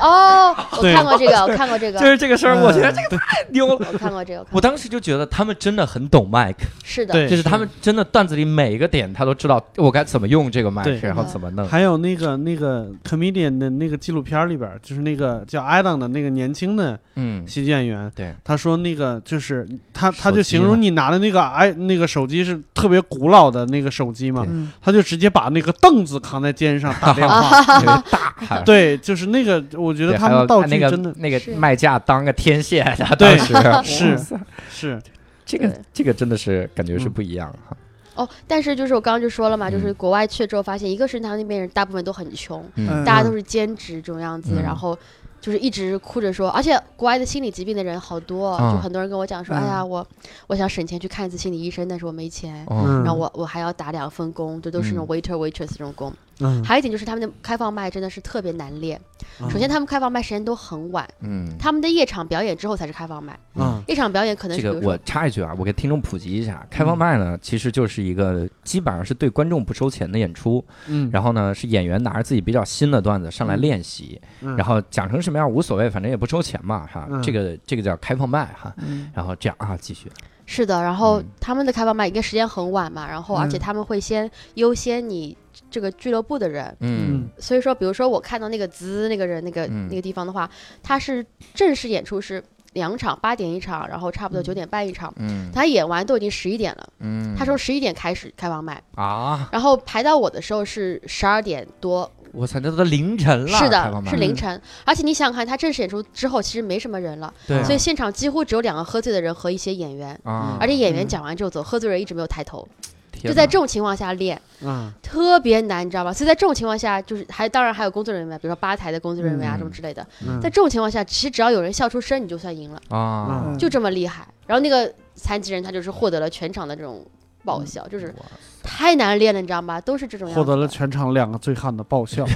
D: 哦，我
B: 对
D: 看过这个，我看过这
A: 就
D: 个，
A: 是这个事儿，我觉得这个太牛了。
D: 我看过这个，
A: 我当时就觉得他们真的很懂麦克，
D: 是的，
B: 对，
A: 就是他们真的段子里每一个点他都知道我该怎么用这个麦
B: 对
A: 克，然
D: 嗯
A: 后怎么 弄。
B: 还有那个那个 comedian 的那个纪录片里边儿，就是那个叫 Adam 的那个年轻的
A: 嗯，
B: 喜剧演员，
A: 对，
B: 他说那个就是他他
A: 手
B: 就
A: 机
B: 形
A: 嘛
B: 容你拿的那个哎那个手机是特别古老的那个手机嘛
A: 对，
C: 嗯
B: 他就直接把那个凳子扛在肩上打电话，
D: 啊
A: 大
B: 对，就是那个，我觉得
A: 对
B: 他
A: 还有
B: 们道
A: 按那
B: 具
A: 个
B: 真的
A: 那个
D: 是
A: 卖价当个天线，他
B: 对
A: 当时
B: 是
C: 嗯
A: 哇塞
D: 嗯
B: 是，
A: 这个
D: 对
A: 这个真的是感觉是
B: 嗯
A: 不一样哈。
D: 哦，但是就是我刚刚就说了嘛，就是国外去之后发现，一个是他那边人大部分都很穷，
A: 嗯
D: 大家都是兼职这种样子，
A: 嗯
D: 然后就是一直哭着说，而且国外的心理疾病的人好多，
A: 啊
D: 就很多人跟我讲说，
C: 嗯
D: 哎呀，我我想省钱去看一次心理医生，但是我没钱。
A: 哦，嗯
B: 嗯
D: 然后我我还要打两份工，这都是那种 waiter waitress 这种工。
B: 嗯，
D: 还有一点就是他们的开放麦真的是特别难练。
B: 嗯
D: 首先，他们开放麦时间都很晚，
A: 嗯，
D: 他们的夜场表演之后才是开放麦。
B: 嗯
D: 夜场表演可能
A: 这
D: 是
A: 个
D: 比如说
A: 我插一句啊，我给听众普及一下，开
B: 嗯
A: 放麦呢，其实就是一个基本上是对观众不收钱的演出，
B: 嗯，
A: 然后呢是演员拿着自己比较新的段子上来
B: 嗯
A: 练习，
B: 嗯
A: 然后讲成什么样无所谓，反正也不收钱嘛，哈，
B: 嗯
A: 这个这个叫开放麦哈，
C: 嗯
A: 然后这样啊，继续，
D: 是的，然后
A: 嗯
D: 他们的开放麦应该时间很晚嘛，然后而且
B: 嗯
D: 他们会先优先你这个俱乐部的人，
A: 嗯
B: 嗯
D: 所以说，比如说我看到那个滋那个人那个、
A: 嗯
D: 那个地方的话，他是正式演出是两场，八点一场，然后差不多
C: 嗯
D: 九点半一场。
A: 嗯
D: 他演完都已经十一点了，
A: 嗯
D: 他从十一点开始开放麦，
A: 啊，
D: 然后排到我的时候是十二点多，
A: 我操，这都凌晨了，
D: 是
A: 开放
D: 的，
A: 麦嗯
D: 是凌晨。而且你想想看，他正式演出之后其实没什么人了，
A: 对
D: 所以现场几乎只有两个喝醉的人和一些演员，
A: 啊，
D: 而且演员
B: 嗯
D: 讲完之后走，喝醉人一直没有抬头，
A: 天
D: 就在
A: 哪
D: 这种情况下练。
B: 嗯
D: 特别难，你知道吧？所以在这种情况下，就是还当然还有工作人员，比如说吧台的工作人员啊、
A: 嗯
D: 什么之类的。
B: 嗯，
D: 在这种情况下，其实只要有人笑出声，你就算赢了，
A: 啊，
B: 嗯
D: 就这么厉害。然后那个残疾人他就是获得了全场的这种爆笑，就是
A: 哇
D: 太难练了，你知道吗？都是这种样
B: 嗯获得
D: 子
B: 了
D: 的
B: 全场两个醉汉的 爆笑。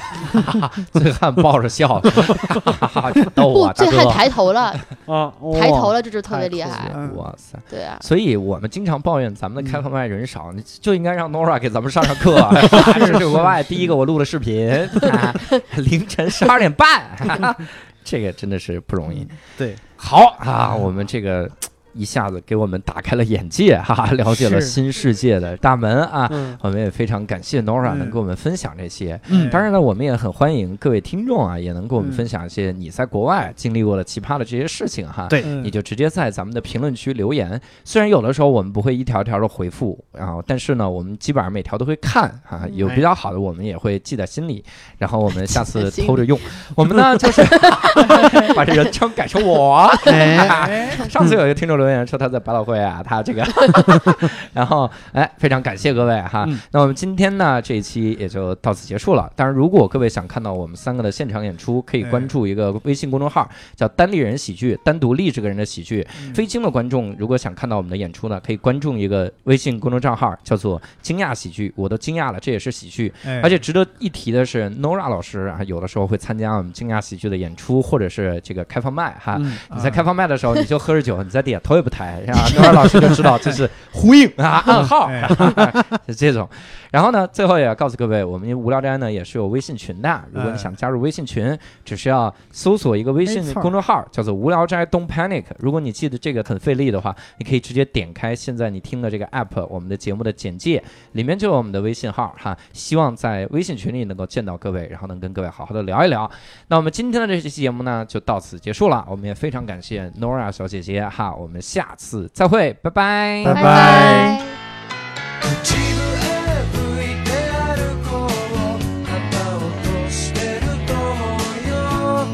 A: 醉汉抱着笑，哈哈哈逗啊
D: 不
A: 我，大
D: 醉汉
A: 哥，
D: 抬头了，
B: 啊，
D: 抬头
B: 了，
D: 了，这就特别厉
B: 太
D: 害。
C: 嗯
A: 哇塞！
D: 对啊，
A: 所以我们经常抱怨咱们的
B: 嗯
A: 开放麦人少，你就应该让 Nora 给咱们上上 课。啊这是国外第一个我录的视频，啊凌晨十二点半，哈 哈这个真的是不容易。
B: 嗯对，
A: 好啊，我们这个。一下子给我们打开了眼界，哈、 哈，了解了
C: 是
A: 新世界的大门啊！
B: 嗯
A: 我们也非常感谢 Nora
C: 嗯
A: 能给我们分享这些。
B: 嗯
A: 当然呢，我们也很欢迎各位听众啊，也能给我们
C: 嗯
A: 分享一些你在国外经历过的奇葩的这些事情哈。
B: 对
A: 你
C: 嗯
A: 就直接在咱们的评论区留言。虽然有的时候我们不会一条一条的回复，然后但是呢，我们基本上每条都会看啊，
D: 嗯
A: 有比较好的我们也会记在心里，然后我们下
D: 记
A: 次
D: 在 心里
A: 偷着用。我们呢就是 把这人称改成我。
B: 哎
A: 上次有一个听众留言说他在百老汇啊，他这个，然后哎，非常感谢各位哈。
B: 嗯
A: 那我们今天呢这一期也就到此结束了。当然，如果各位想看到我们三个的现场演出，可以
C: 哎
A: 关注一个微信公众号，叫“单立人喜剧”，单独立这个人的喜剧。非京的观众如果想看到我们的演出呢，可以关注一个微信公众账号，叫做“惊讶喜剧”，我都惊讶了，这也是喜剧。
C: 哎
A: 而且值得一提的是，Nora 老师啊，有的时候会参加我们惊讶喜剧的演出，或者是这个开放麦哈。
B: 嗯
A: 你
C: 啊
A: 在开放麦的时候，你就喝着酒，你在底下头也不抬，然后 Nora 老师就知道这是呼应啊，暗号
C: 哎
A: 是这种。然后呢，最后也要告诉各位，我们无聊斋呢也是有微信群的，如果你
C: 嗯
A: 想加入微信群，只需要搜索一个微信
C: 没错
A: 公众号，叫做“无聊斋 Don't Panic”。如果你记得这个很费力的话，你可以直接点开现在你听的这个 app，我们的节目的简介里面就有我们的微信号哈。希望在微信群里能够见到各位，然后能跟各位好好的聊一聊。那我们今天的这期节目呢就到此结束了，我们也非常感谢 Nora 小姐姐哈，我们下次再会，拜拜
C: 拜拜
D: 拜拜
E: 口笛吹いて歩こう旗を落としてると思うよ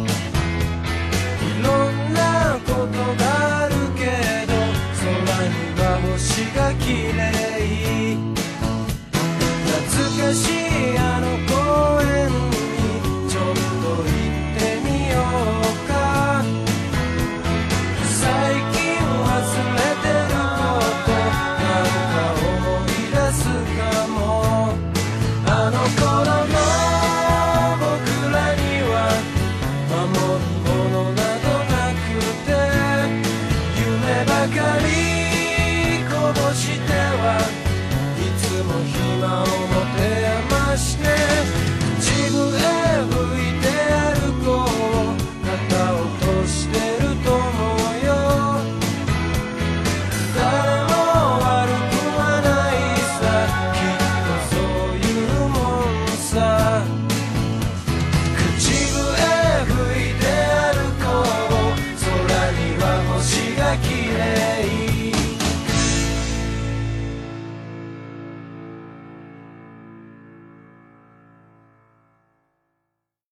E: いろんなことがあるけど空には星が綺麗懐かしいあの公園にちょっと行ってみようか最近忘れてることなんか思い出すかもあの頃の僕らには守るものなどなくて夢ばかりこぼしてはいつも暇を持て余して自分へ向いて歩こう肩を落としてると思うよ誰も悪くはないさきっとそういうもんさ口笛吹いて歩こう空には星が綺麗